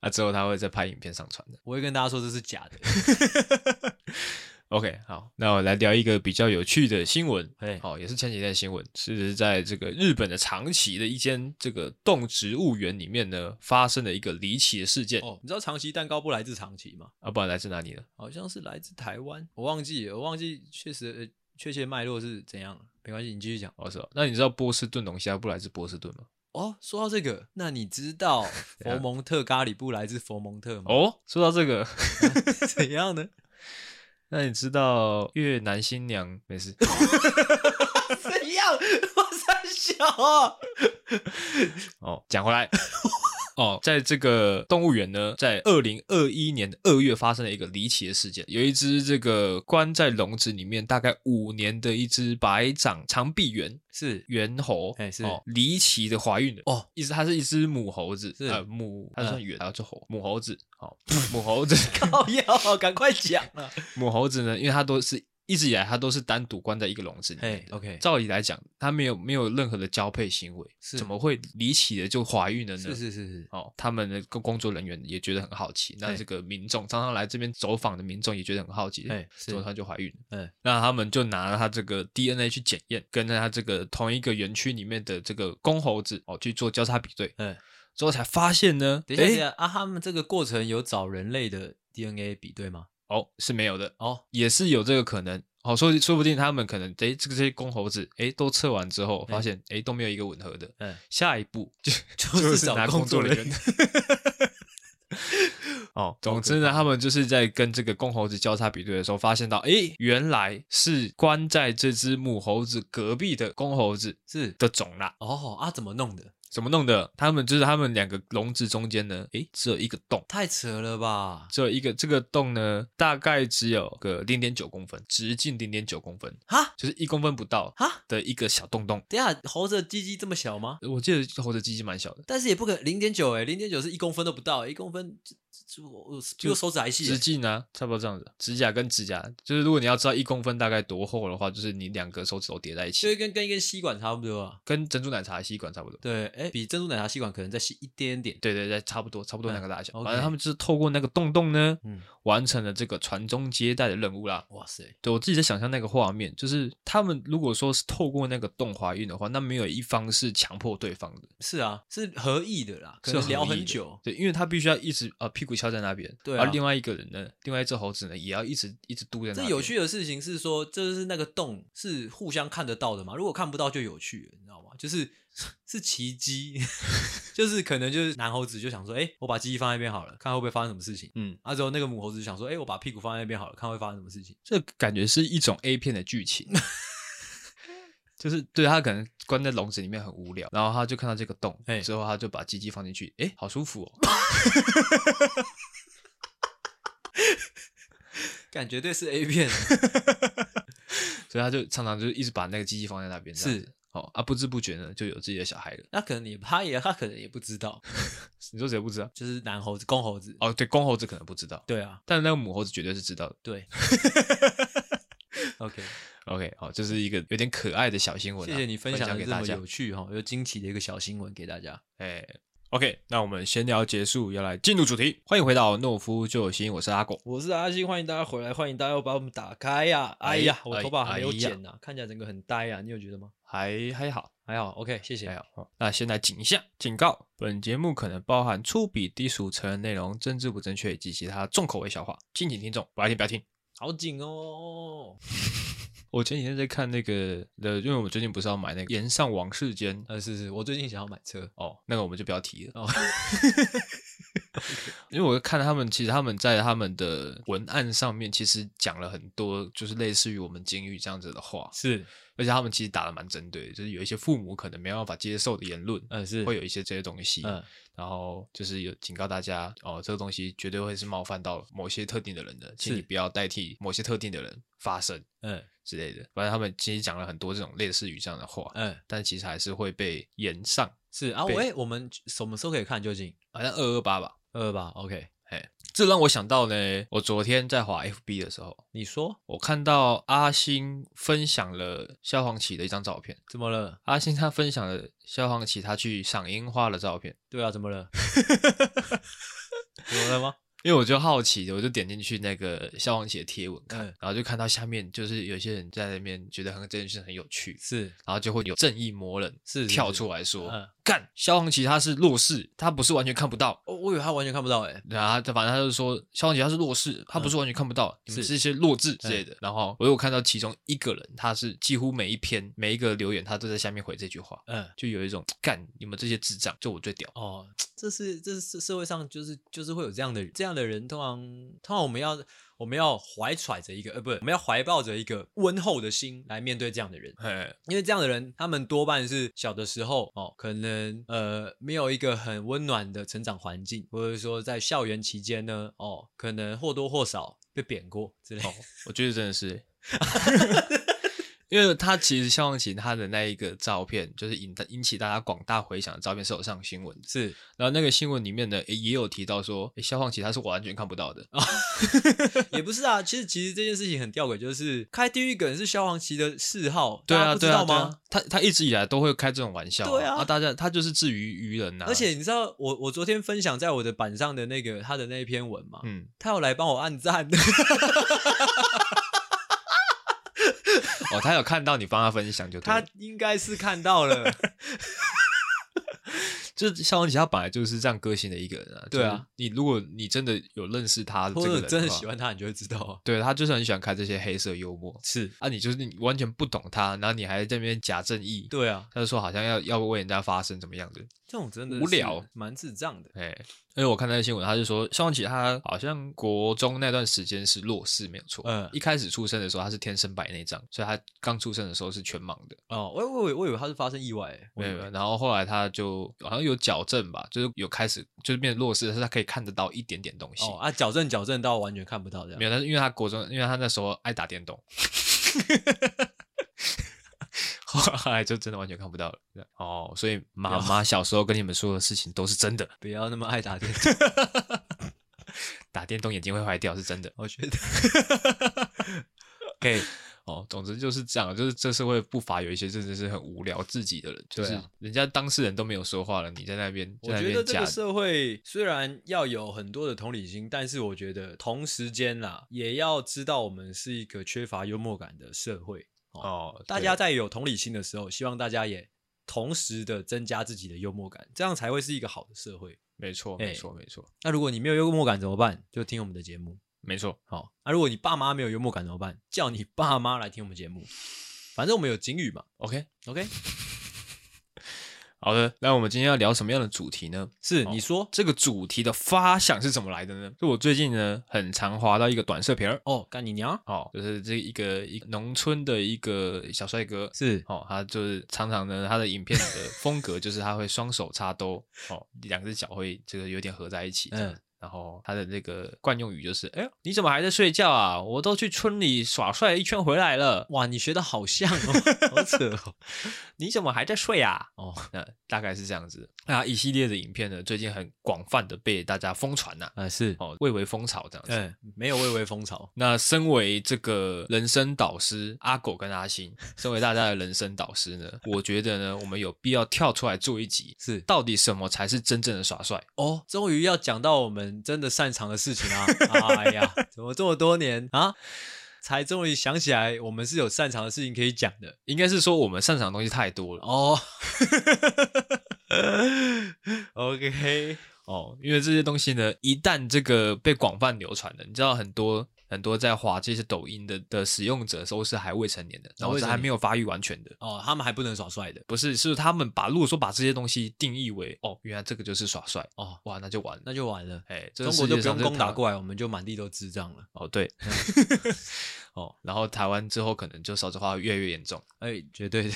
[SPEAKER 1] 啊，之后他会再拍影片上传的。
[SPEAKER 2] 我会跟大家说这是假 的。
[SPEAKER 1] OK，好，那我来聊一个比较有趣的新闻。
[SPEAKER 2] 哎，
[SPEAKER 1] 好，也是前几天的新闻，是在这个日本的长崎的一间这个动植物园里面呢，发生了一个离奇的事件。
[SPEAKER 2] 哦，你知道长崎蛋糕不来自长崎吗？
[SPEAKER 1] 啊，不然来自哪里呢？
[SPEAKER 2] 好像是来自台湾，我忘记了，我忘记确实呃确切脉络是怎样了。没关系，你继续讲。
[SPEAKER 1] 哦，是哦。那你知道波士顿龙虾不来自波士顿吗？
[SPEAKER 2] 哦，说到这个，那你知道 佛蒙特咖喱布来自佛蒙特吗？
[SPEAKER 1] 哦，说到这个，
[SPEAKER 2] 怎样呢？
[SPEAKER 1] 那你知道越南新娘没事？
[SPEAKER 2] 怎样？我三小啊！
[SPEAKER 1] 哦，讲回 来，哦，在这个动物园呢，在二零二一年的二月发生了一个离奇的事件，有一只这个关在笼子里面大概五年的一只白掌长臂猿
[SPEAKER 2] 是
[SPEAKER 1] 猿猴，
[SPEAKER 2] 哎是
[SPEAKER 1] 哦、离奇的怀孕了。
[SPEAKER 2] 哦，
[SPEAKER 1] 意思它是一只母猴子，
[SPEAKER 2] 是
[SPEAKER 1] 呃母，它
[SPEAKER 2] 嗯
[SPEAKER 1] 算猿，然后就猴母猴子，好、 母猴子，
[SPEAKER 2] 靠要赶快讲啊！
[SPEAKER 1] 母猴子呢，因为它都是一直以来它都是单独关在一个笼子里面
[SPEAKER 2] 嘿
[SPEAKER 1] 的。
[SPEAKER 2] ，OK，
[SPEAKER 1] 照理来讲，它没有没有任何的交配行为，
[SPEAKER 2] 是
[SPEAKER 1] 怎么会离奇的就怀孕了呢？
[SPEAKER 2] 是是是是，
[SPEAKER 1] 哦，他们的工工作人员也觉得很好奇，那
[SPEAKER 2] 哎
[SPEAKER 1] 这个民众常常来这边走访的民众也觉得很好奇，
[SPEAKER 2] 哎是
[SPEAKER 1] 怎么她就怀孕了？
[SPEAKER 2] 嗯，
[SPEAKER 1] 那他们就拿了她这个 DNA 去检验，跟在她这个同一个园区里面的这个公猴子哦去做交叉比对，
[SPEAKER 2] 嗯，
[SPEAKER 1] 之后才发现呢，
[SPEAKER 2] 等一下，等
[SPEAKER 1] 哎
[SPEAKER 2] 一下啊，他们这个过程有找人类的 DNA 比对吗？
[SPEAKER 1] 哦是没有的，
[SPEAKER 2] 哦，
[SPEAKER 1] 也是有这个可能。哦，说说不定他们可能诶，这个这些公猴子诶都测完之后，
[SPEAKER 2] 哎
[SPEAKER 1] 发现诶都没有一个吻合的，
[SPEAKER 2] 嗯，
[SPEAKER 1] 下一步就
[SPEAKER 2] 就是
[SPEAKER 1] 是
[SPEAKER 2] 找
[SPEAKER 1] 拿
[SPEAKER 2] 工
[SPEAKER 1] 工作
[SPEAKER 2] 作
[SPEAKER 1] 人
[SPEAKER 2] 人
[SPEAKER 1] 员。 哦，总之呢，他们就是在跟这个公猴子交叉比对的时候，发现到，诶，原来是关在这只母猴子隔壁的公猴子
[SPEAKER 2] 是
[SPEAKER 1] 的种啦。
[SPEAKER 2] 哦啊，怎么弄的？
[SPEAKER 1] 怎么弄的？他们就是他们两个笼子中间呢，诶，只有一个洞，
[SPEAKER 2] 太扯了吧！
[SPEAKER 1] 只有一个这个洞呢，大概只有个零点九公分，直径零点九公分，
[SPEAKER 2] 哈
[SPEAKER 1] 就是一公分不到
[SPEAKER 2] 哈，
[SPEAKER 1] 的一个小洞洞。
[SPEAKER 2] 等一下猴子的鸡鸡这么小吗？
[SPEAKER 1] 我记得猴子鸡鸡蛮小的，
[SPEAKER 2] 但是也不可零点九哎，零点九是一公分都不到，一公分这这我我比我手指还细
[SPEAKER 1] 直
[SPEAKER 2] 欸。
[SPEAKER 1] 径啊，差不多这样子。指甲跟指甲，就是如果你要知道一公分大概多厚的话，就是你两个手指头叠在一
[SPEAKER 2] 就
[SPEAKER 1] 起，
[SPEAKER 2] 会跟跟一根吸管差不多啊，
[SPEAKER 1] 跟珍珠奶茶的吸管差不多。
[SPEAKER 2] 对，哎，比珍珠奶茶吸管可能再细一点点。
[SPEAKER 1] 对对对，差不多，差不多那个大小。
[SPEAKER 2] OK
[SPEAKER 1] 反正他们就是透过那个洞洞呢，
[SPEAKER 2] 嗯，
[SPEAKER 1] 完成了这个传宗接代的任务啦。
[SPEAKER 2] 哇塞，
[SPEAKER 1] 对我自己在想象那个画面，就是他们如果说是透过那个洞怀孕的话，那没有一方是强迫对方的，
[SPEAKER 2] 是啊，是合意的啦，可
[SPEAKER 1] 是
[SPEAKER 2] 能聊
[SPEAKER 1] 合意
[SPEAKER 2] 很
[SPEAKER 1] 的
[SPEAKER 2] 久。
[SPEAKER 1] 对，因为他必须要一直啊、呃屁股翘在那边，
[SPEAKER 2] 对啊
[SPEAKER 1] 而另外一个人呢，另外一只猴子呢，也要一直一直嘟在那
[SPEAKER 2] 这
[SPEAKER 1] 边。
[SPEAKER 2] 有趣的事情是说，就是那个洞是互相看得到的嘛？如果看不到就有趣了，你知道吗？就是是奇迹， 就是可能就是男猴子就想说，哎、我把鸡鸡放在那边好了，看会不会发生什么事情。
[SPEAKER 1] 嗯，
[SPEAKER 2] 啊，之后那个母猴子就想说，哎、我把屁股放在那边好了，看会发生什么事情。
[SPEAKER 1] 这感觉是一种 A 片的剧 情，就是对他可能关在笼子里面很无聊，然后他就看到这个洞
[SPEAKER 2] 哎，
[SPEAKER 1] 之后他就把鸡鸡放进去，哎，好舒服 哦。
[SPEAKER 2] 感觉对是 A 片啊，
[SPEAKER 1] 所以他就常常就一直把那个鸡鸡放在那边，这样子
[SPEAKER 2] 是
[SPEAKER 1] 哦啊，不知不觉呢就有自己的小孩了。
[SPEAKER 2] 那可能也他也他可能也不知道，
[SPEAKER 1] 你说谁不知道？
[SPEAKER 2] 就是男猴子公猴子。
[SPEAKER 1] 哦，对，公猴子可能不知道，
[SPEAKER 2] 对啊，
[SPEAKER 1] 但那个母猴子绝对是知道的。
[SPEAKER 2] 对。OK，
[SPEAKER 1] OK，好、这是一个有点可爱的小新闻、啊，
[SPEAKER 2] 谢谢你分
[SPEAKER 1] 分
[SPEAKER 2] 享的
[SPEAKER 1] 给
[SPEAKER 2] 这
[SPEAKER 1] 大
[SPEAKER 2] 么
[SPEAKER 1] 家
[SPEAKER 2] 有。趣哈、又惊奇的一个小新闻给大家。
[SPEAKER 1] 哎，OK，那我们闲聊结束，要来进入主题。欢迎回到懦夫救星，我是阿狗。
[SPEAKER 2] 我是阿星，欢迎大家回来，欢迎大家要把我们打开呀、哎呀
[SPEAKER 1] 哎，
[SPEAKER 2] 我头发
[SPEAKER 1] 哎
[SPEAKER 2] 还没有
[SPEAKER 1] 哎呀
[SPEAKER 2] 剪呐、看起来整个很呆啊，你有觉得吗？
[SPEAKER 1] 还还好，
[SPEAKER 2] 还好，OK，谢
[SPEAKER 1] 还
[SPEAKER 2] 谢。
[SPEAKER 1] 好。哦那先来警一下，警告：本节目可能包含粗鄙、低俗、成人内容、政治不正确以及其他重口味笑话，敬请听众不要听，不要听。
[SPEAKER 2] 好紧哦，
[SPEAKER 1] 我前几天在看那个，呃，因为我最近不是要买那个《岩上王世坚》哦
[SPEAKER 2] 呃，是是，我最近想要买车，
[SPEAKER 1] 哦，那个我们就不要提了。
[SPEAKER 2] 哦
[SPEAKER 1] 哦 因为我看他们，其实他们在他们的文案上面，其实讲了很多，就是类似于我们警语这样子的话，
[SPEAKER 2] 是，
[SPEAKER 1] 而且他们其实打的蛮针对的，就是有一些父母可能没办法接受的言论，呃
[SPEAKER 2] 嗯是，
[SPEAKER 1] 会有一些这些东西，
[SPEAKER 2] 嗯
[SPEAKER 1] 然后就是有警告大家哦，这个东西绝对会是冒犯到某些特定的人的，请
[SPEAKER 2] 是
[SPEAKER 1] 你不要代替某些特定的人发声
[SPEAKER 2] 嗯
[SPEAKER 1] 之类的。反正他们其实讲了很多这种类似于这样的话，
[SPEAKER 2] 嗯
[SPEAKER 1] 但其实还是会被延上，
[SPEAKER 2] 是啊，
[SPEAKER 1] 被
[SPEAKER 2] 喂，我们什么时候可以看究竟？
[SPEAKER 1] 好像二二八吧。
[SPEAKER 2] 二吧，OK，
[SPEAKER 1] 这让我想到呢，我昨天在滑 FB 的时候，
[SPEAKER 2] 你说
[SPEAKER 1] 我看到阿星分享了萧煌奇的一张照片。
[SPEAKER 2] 怎么了？
[SPEAKER 1] 阿星他分享了萧煌奇他去赏樱花的照片，
[SPEAKER 2] 对啊，怎么 了？怎么了吗？
[SPEAKER 1] 因为我就好奇，我就点进去那个萧煌奇的贴文看，
[SPEAKER 2] 嗯
[SPEAKER 1] 然后就看到下面就是有些人在那边觉得很这件事很有趣，
[SPEAKER 2] 是
[SPEAKER 1] 然后就会有正义魔人
[SPEAKER 2] 是是
[SPEAKER 1] 跳出来说，
[SPEAKER 2] 嗯
[SPEAKER 1] 干萧煌奇他是弱势，他不是完全看不到。
[SPEAKER 2] 我我以为他完全看不到哎、
[SPEAKER 1] 然后他反正他就说萧煌奇他是弱势，他不是完全看不到，你们
[SPEAKER 2] 嗯是哎
[SPEAKER 1] 是一些弱智之类的。然后我有看到其中一个人，他是几乎每一篇每一个留言，他都在下面回这句话，
[SPEAKER 2] 嗯，
[SPEAKER 1] 就有一种干你们这些智障，就我最屌。
[SPEAKER 2] 哦，这是这是社会上就是就是会有这样的这样的人，通常通常我们要我们要怀揣着一个呃不是我们要怀抱着一个温厚的心来面对这样的人，
[SPEAKER 1] 哎，
[SPEAKER 2] 因为这样的人他们多半是小的时候哦，可能呃没有一个很温暖的成长环境，或者说在校园期间呢哦，可能或多或少被贬过之类的。
[SPEAKER 1] 我觉得真的是， 因为他其实萧煌奇他的那一个照片，就是引引起大家广大回响的照片是有上新闻的。
[SPEAKER 2] 是
[SPEAKER 1] 然后那个新闻里面呢，也也有提到说，诶萧煌奇他是完全看不到的。
[SPEAKER 2] 哦也不是啊，其实其实这件事情很吊诡，就是开地狱梗是萧煌奇的嗜好，
[SPEAKER 1] 对
[SPEAKER 2] 大家
[SPEAKER 1] 啊，
[SPEAKER 2] 不知
[SPEAKER 1] 对啊，
[SPEAKER 2] 道
[SPEAKER 1] 对
[SPEAKER 2] 吗？
[SPEAKER 1] 啊他他一直以来都会开这种玩笑、
[SPEAKER 2] 对啊
[SPEAKER 1] 大家他就是自娱于人呐、
[SPEAKER 2] 而且，你知道我我昨天分享在我的板上的那个他的那一篇文嘛，
[SPEAKER 1] 嗯，
[SPEAKER 2] 他有来帮我按赞，
[SPEAKER 1] 哦，他有看到你帮他分享就对了
[SPEAKER 2] 他应该是看到了，
[SPEAKER 1] 就是萧煌奇，他本来就是这样个性的一个人啊。
[SPEAKER 2] 对啊，
[SPEAKER 1] 你如果你真的有认识他 这
[SPEAKER 2] 或
[SPEAKER 1] 个人
[SPEAKER 2] 者
[SPEAKER 1] 话，
[SPEAKER 2] 真的喜欢他，你就会知道啊。
[SPEAKER 1] 对他就是很喜欢开这些黑色幽默
[SPEAKER 2] 是，
[SPEAKER 1] 啊，你就是你完全不懂他，然后你还在那边假正义，
[SPEAKER 2] 对啊，
[SPEAKER 1] 他就说好像要要为人家发声怎么样的，
[SPEAKER 2] 这种真的
[SPEAKER 1] 无
[SPEAKER 2] 是
[SPEAKER 1] 聊，
[SPEAKER 2] 蛮智障的。
[SPEAKER 1] 哎，因为我看那个新闻，他就说萧煌奇他好像国中那段时间是弱势没有错，
[SPEAKER 2] 嗯
[SPEAKER 1] 一开始出生的时候他是天生白内障，所以他刚出生的时候是全盲的，
[SPEAKER 2] 哦，我我以为我以为他是发生意外欸，我
[SPEAKER 1] 没
[SPEAKER 2] 以
[SPEAKER 1] 有，
[SPEAKER 2] 为
[SPEAKER 1] 然后后来他就好像有矫正吧，就是有开始就是变弱势，但是他可以看得到一点点东西，
[SPEAKER 2] 哦啊，矫正矫正到完全看不到这样
[SPEAKER 1] 没。有，但是因为他国中，因为他那时候爱打 电动，后来就真的完全看不到了。这样哦，所以妈妈小时候跟你们说的事情都是真的，
[SPEAKER 2] 不要那么爱 打电动，
[SPEAKER 1] 打电动眼睛会坏掉是真的。
[SPEAKER 2] 我 觉得 OK，
[SPEAKER 1] 哦，总之就是这样，就是这社会不乏有一些真的是很无聊自己的人，就
[SPEAKER 2] 对啊
[SPEAKER 1] 是人家当事人都没有说话了，你在那边
[SPEAKER 2] 我
[SPEAKER 1] 在那
[SPEAKER 2] 觉得
[SPEAKER 1] 边
[SPEAKER 2] 这
[SPEAKER 1] 假
[SPEAKER 2] 个。社会虽然要有很多的同理心，但是我觉得同时间啦，也要知道我们是一个缺乏幽默感的社会。
[SPEAKER 1] 哦，
[SPEAKER 2] 大
[SPEAKER 1] 对
[SPEAKER 2] 家在有同理心的时候，希望大家也同时的增加自己的幽默感，这样才会是一个好的社会。
[SPEAKER 1] 没错，
[SPEAKER 2] 哎
[SPEAKER 1] 没错，没错，
[SPEAKER 2] 那如果你没有幽默感怎么办？就听我们的节目。
[SPEAKER 1] 没错。
[SPEAKER 2] 好，那、如果你爸妈没有幽默感怎么办？叫你爸妈来听我们节目。反正我们有警语嘛
[SPEAKER 1] OK，
[SPEAKER 2] ，OK？
[SPEAKER 1] 好的，那我们今天要聊什么样的主题呢？
[SPEAKER 2] 是
[SPEAKER 1] 好
[SPEAKER 2] 你说
[SPEAKER 1] 这个主题的发想是怎么来的呢？就我最近呢，很常滑到一个短视频儿，
[SPEAKER 2] 哦，干你娘
[SPEAKER 1] 哦，就是这一个一农村的一个小帅哥，
[SPEAKER 2] 是
[SPEAKER 1] 哦，他就是常常呢，他的影片的风格 就是他会双手插兜，哦，两只脚会这个有点合在一起，嗯
[SPEAKER 2] 嗯。
[SPEAKER 1] 然后他的那个惯用语就是：“哎呦，你怎么还在睡觉啊？我都去村里耍帅一圈回来了，
[SPEAKER 2] 哇，你学的好像哦，好扯哦。
[SPEAKER 1] 你怎么还在睡啊？”
[SPEAKER 2] 哦，
[SPEAKER 1] 那大概是这样子。那一系列的影片呢，最近很广泛的被大家疯传呐、
[SPEAKER 2] 啊是，
[SPEAKER 1] 哦，蔚为风潮这样子。
[SPEAKER 2] 嗯，没有蔚为风潮。
[SPEAKER 1] 那身为这个人生导师阿狗跟阿星，身为大家的人生导师呢，我觉得呢，我们有必要跳出来做一集，
[SPEAKER 2] 是
[SPEAKER 1] 到底什么才是真正的耍帅？
[SPEAKER 2] 哦，终于要讲到我们真的擅长的事情啦、哎呀，怎么这么多年啊，才终于想起来我们是有擅长的事情可以讲的
[SPEAKER 1] 应该是说我们擅长的东西太多了
[SPEAKER 2] 哦。OK，
[SPEAKER 1] 哦，因为这些东西呢，一旦这个被广泛流传了，你知道很多。很多在滑这些抖音的的使用者都是还未成年的，然后
[SPEAKER 2] 哦未
[SPEAKER 1] 是
[SPEAKER 2] 成
[SPEAKER 1] 还
[SPEAKER 2] 年
[SPEAKER 1] 没有发育完全的。
[SPEAKER 2] 哦，他们还不能耍帅的
[SPEAKER 1] 不是，是他们把如果说把这些东西定义为哦，原来这个就是耍帅，
[SPEAKER 2] 哦，
[SPEAKER 1] 哇，那就完了。
[SPEAKER 2] 那就完了。
[SPEAKER 1] 哎，这个
[SPEAKER 2] 中国就
[SPEAKER 1] 世界
[SPEAKER 2] 不
[SPEAKER 1] 上
[SPEAKER 2] 用攻
[SPEAKER 1] 台
[SPEAKER 2] 打
[SPEAKER 1] 湾
[SPEAKER 2] 过来，我们就满地都智障了。
[SPEAKER 1] 哦，对， 哦，然后台湾之后可能就少子化越来越严重
[SPEAKER 2] 哎，绝对的，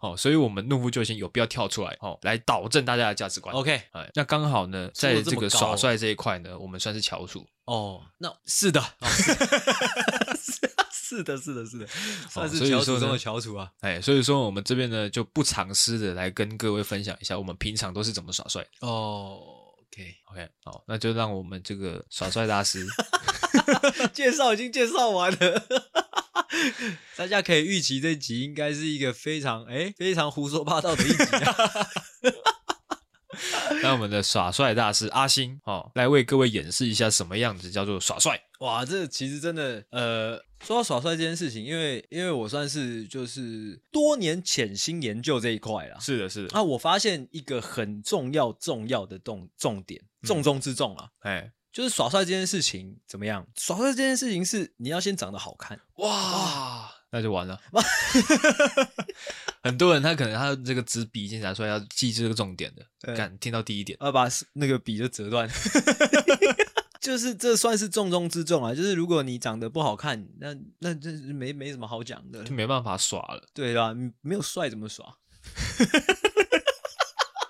[SPEAKER 1] 哦，所以我们怒夫救星有必要跳出来哦，来导正大家的价值观。
[SPEAKER 2] OK，
[SPEAKER 1] 哎，那刚好呢，
[SPEAKER 2] 说得
[SPEAKER 1] 在
[SPEAKER 2] 这
[SPEAKER 1] 这
[SPEAKER 2] 么
[SPEAKER 1] 个
[SPEAKER 2] 高
[SPEAKER 1] 耍
[SPEAKER 2] 哦
[SPEAKER 1] 帅这一块呢，我们算是翘楚。
[SPEAKER 2] 哦，那是的，哦、是是的， 是的，是的，算是
[SPEAKER 1] 哦所以
[SPEAKER 2] 翘
[SPEAKER 1] 说
[SPEAKER 2] 楚中
[SPEAKER 1] 呢
[SPEAKER 2] 的翘楚啊。
[SPEAKER 1] 哎，所以说我们这边呢就不藏私的来跟各位分享一下，我们平常都是怎么耍帅的。
[SPEAKER 2] 哦，OK，
[SPEAKER 1] OK，好，那就让我们这个耍帅大师
[SPEAKER 2] 介绍已经介绍完了。 大家可以预期这集应该是一个非常哎、非常胡说八道的一集、 啊，
[SPEAKER 1] 让我们的耍帅大师阿星哦，来为各位演示一下什么样子叫做耍 帅。
[SPEAKER 2] 哇，这其实真的呃，说到耍帅这件事情，因为因为我算是就是多年潜心研究这一块啦，
[SPEAKER 1] 是的，是的，
[SPEAKER 2] 啊，我发现一个很重要重要的重重点，重中之重啊，
[SPEAKER 1] 哎，
[SPEAKER 2] 就是耍帅这件事情怎么样？耍帅这件事情是你要先长得好看，
[SPEAKER 1] 哇，那就完了。 很多人他可能他这个纸笔已经拿出来要记这个重点的，
[SPEAKER 2] 对
[SPEAKER 1] 敢听到第一点，
[SPEAKER 2] 啊，把那个笔就折断。 就是这算是重中之重啊！就是如果你长得不好看，那那这是没没什么好讲的
[SPEAKER 1] 就，没办法耍了。
[SPEAKER 2] 对啦，你没有帅怎么耍？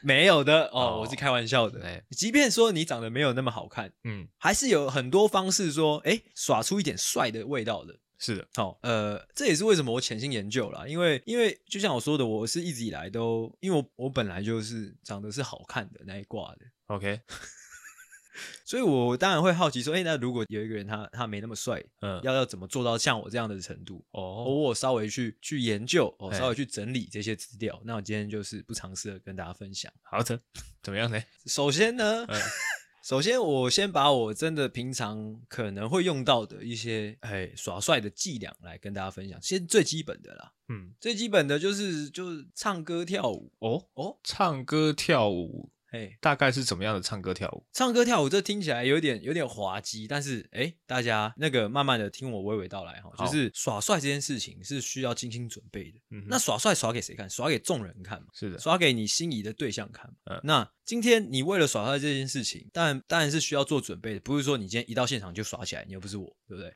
[SPEAKER 2] 没有的哦，
[SPEAKER 1] 哦
[SPEAKER 2] 我是开玩笑的。
[SPEAKER 1] 哎
[SPEAKER 2] 即便说你长得没有那么好看，
[SPEAKER 1] 嗯，
[SPEAKER 2] 还是有很多方式说，哎，耍出一点帅的味道的。
[SPEAKER 1] 是的，
[SPEAKER 2] 好、呃，这也是为什么我潜心研究啦，因为因为就像我说的，我是一直以来都，因为我我本来就是长得是好看的那一挂的，
[SPEAKER 1] OK，
[SPEAKER 2] 所以我当然会好奇说，哎，那如果有一个人他他没那么帅，
[SPEAKER 1] 嗯，
[SPEAKER 2] 要要怎么做到像我这样的程度？哦，
[SPEAKER 1] 哦，
[SPEAKER 2] 我有稍微去去研究，哦，
[SPEAKER 1] 哎
[SPEAKER 2] 稍微去整理这些资料。那我今天就是不尝试的跟大家分享。
[SPEAKER 1] 好的，怎么样呢？
[SPEAKER 2] 首先呢，
[SPEAKER 1] 嗯
[SPEAKER 2] 首先我先把我真的平常可能会用到的一些 哎耍帅的伎俩来跟大家分享，先最基本的啦。
[SPEAKER 1] 嗯，
[SPEAKER 2] 最基本的就是就是唱歌跳舞
[SPEAKER 1] 哦，
[SPEAKER 2] 哦，
[SPEAKER 1] 唱歌跳舞
[SPEAKER 2] 哎，
[SPEAKER 1] 大概是怎么样的唱歌跳舞？
[SPEAKER 2] 唱歌跳舞这听起来有点有点滑稽，但是哎，大家那个慢慢的听我娓娓道来哈、
[SPEAKER 1] 好
[SPEAKER 2] 就是耍帅这件事情是需要精心准备的。
[SPEAKER 1] 嗯哼，
[SPEAKER 2] 那耍帅耍给谁看？耍给众人看嘛，
[SPEAKER 1] 是的，
[SPEAKER 2] 耍给你心仪的对象看嘛。
[SPEAKER 1] 嗯
[SPEAKER 2] 那今天你为了耍帅这件事情，当然当然是需要做准备的，不是说你今天一到现场就耍起来，你又不是我，对不对？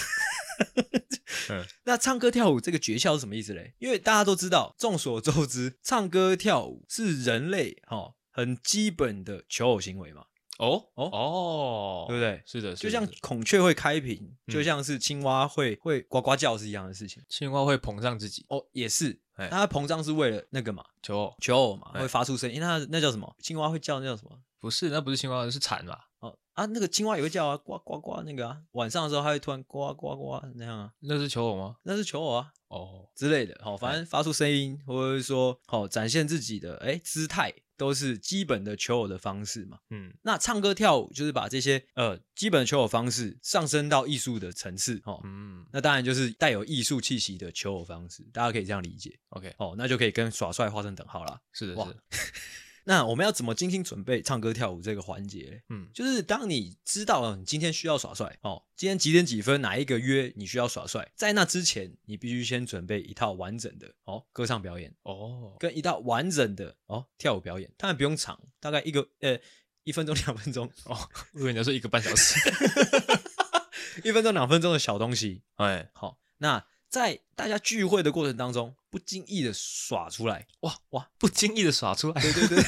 [SPEAKER 2] 就是
[SPEAKER 1] 嗯
[SPEAKER 2] 那唱歌跳舞这个诀窍是什么意思嘞？因为大家都知道，众所周知，唱歌跳舞是人类哈、哦、很基本的求偶行为嘛，
[SPEAKER 1] 哦
[SPEAKER 2] 哦
[SPEAKER 1] 哦，
[SPEAKER 2] 对不对？
[SPEAKER 1] 是的，是的
[SPEAKER 2] 就像
[SPEAKER 1] 是的
[SPEAKER 2] 孔雀会开屏，
[SPEAKER 1] 嗯
[SPEAKER 2] 就像是青蛙会会呱呱叫是一样的事情。
[SPEAKER 1] 青蛙会膨胀自己，
[SPEAKER 2] 哦，也是，
[SPEAKER 1] 哎
[SPEAKER 2] 它膨胀是为了那个嘛，
[SPEAKER 1] 求偶
[SPEAKER 2] 求偶嘛，
[SPEAKER 1] 哎
[SPEAKER 2] 会发出声音。那那叫什么？青蛙会叫那叫什么？
[SPEAKER 1] 不是，那不是青蛙，是蝉嘛？
[SPEAKER 2] 哦啊，那个青蛙也会叫啊，呱呱呱那个啊。晚上的时候，它会突然呱呱呱那样啊，
[SPEAKER 1] 那是求偶吗？
[SPEAKER 2] 那是求偶啊
[SPEAKER 1] 哦，
[SPEAKER 2] 之类的。好、反正发出声音，或者是说好、展现自己的哎姿态，都是基本的求偶的方式嘛。
[SPEAKER 1] 嗯，
[SPEAKER 2] 那唱歌跳舞就是把这些呃基本的求偶方式上升到艺术的层次哦。
[SPEAKER 1] 嗯
[SPEAKER 2] 那当然就是带有艺术气息的求偶方式，大家可以这样理解
[SPEAKER 1] ，OK，
[SPEAKER 2] 哦，那就可以跟耍帅画成等号啦。
[SPEAKER 1] 是的，
[SPEAKER 2] 哇
[SPEAKER 1] 是的，
[SPEAKER 2] 那我们要怎么精心准备唱歌跳舞这个环节嘞？
[SPEAKER 1] 嗯，
[SPEAKER 2] 就是当你知道了你今天需要耍帅哦，今天几点几分哪一个约你需要耍帅，在那之前你必须先准备一套完整的哦歌唱表演，
[SPEAKER 1] 哦，
[SPEAKER 2] 跟一套完整的哦跳舞表演，当然不用长，大概一个呃一分钟 两分钟，
[SPEAKER 1] 我以为你要说一个半小时，
[SPEAKER 2] 一分钟两分钟的小东西。
[SPEAKER 1] 哎，
[SPEAKER 2] 好、那在大家聚会的过程当中，不经意的耍出来，
[SPEAKER 1] 哇哇， 不经意的耍出来，
[SPEAKER 2] 对对对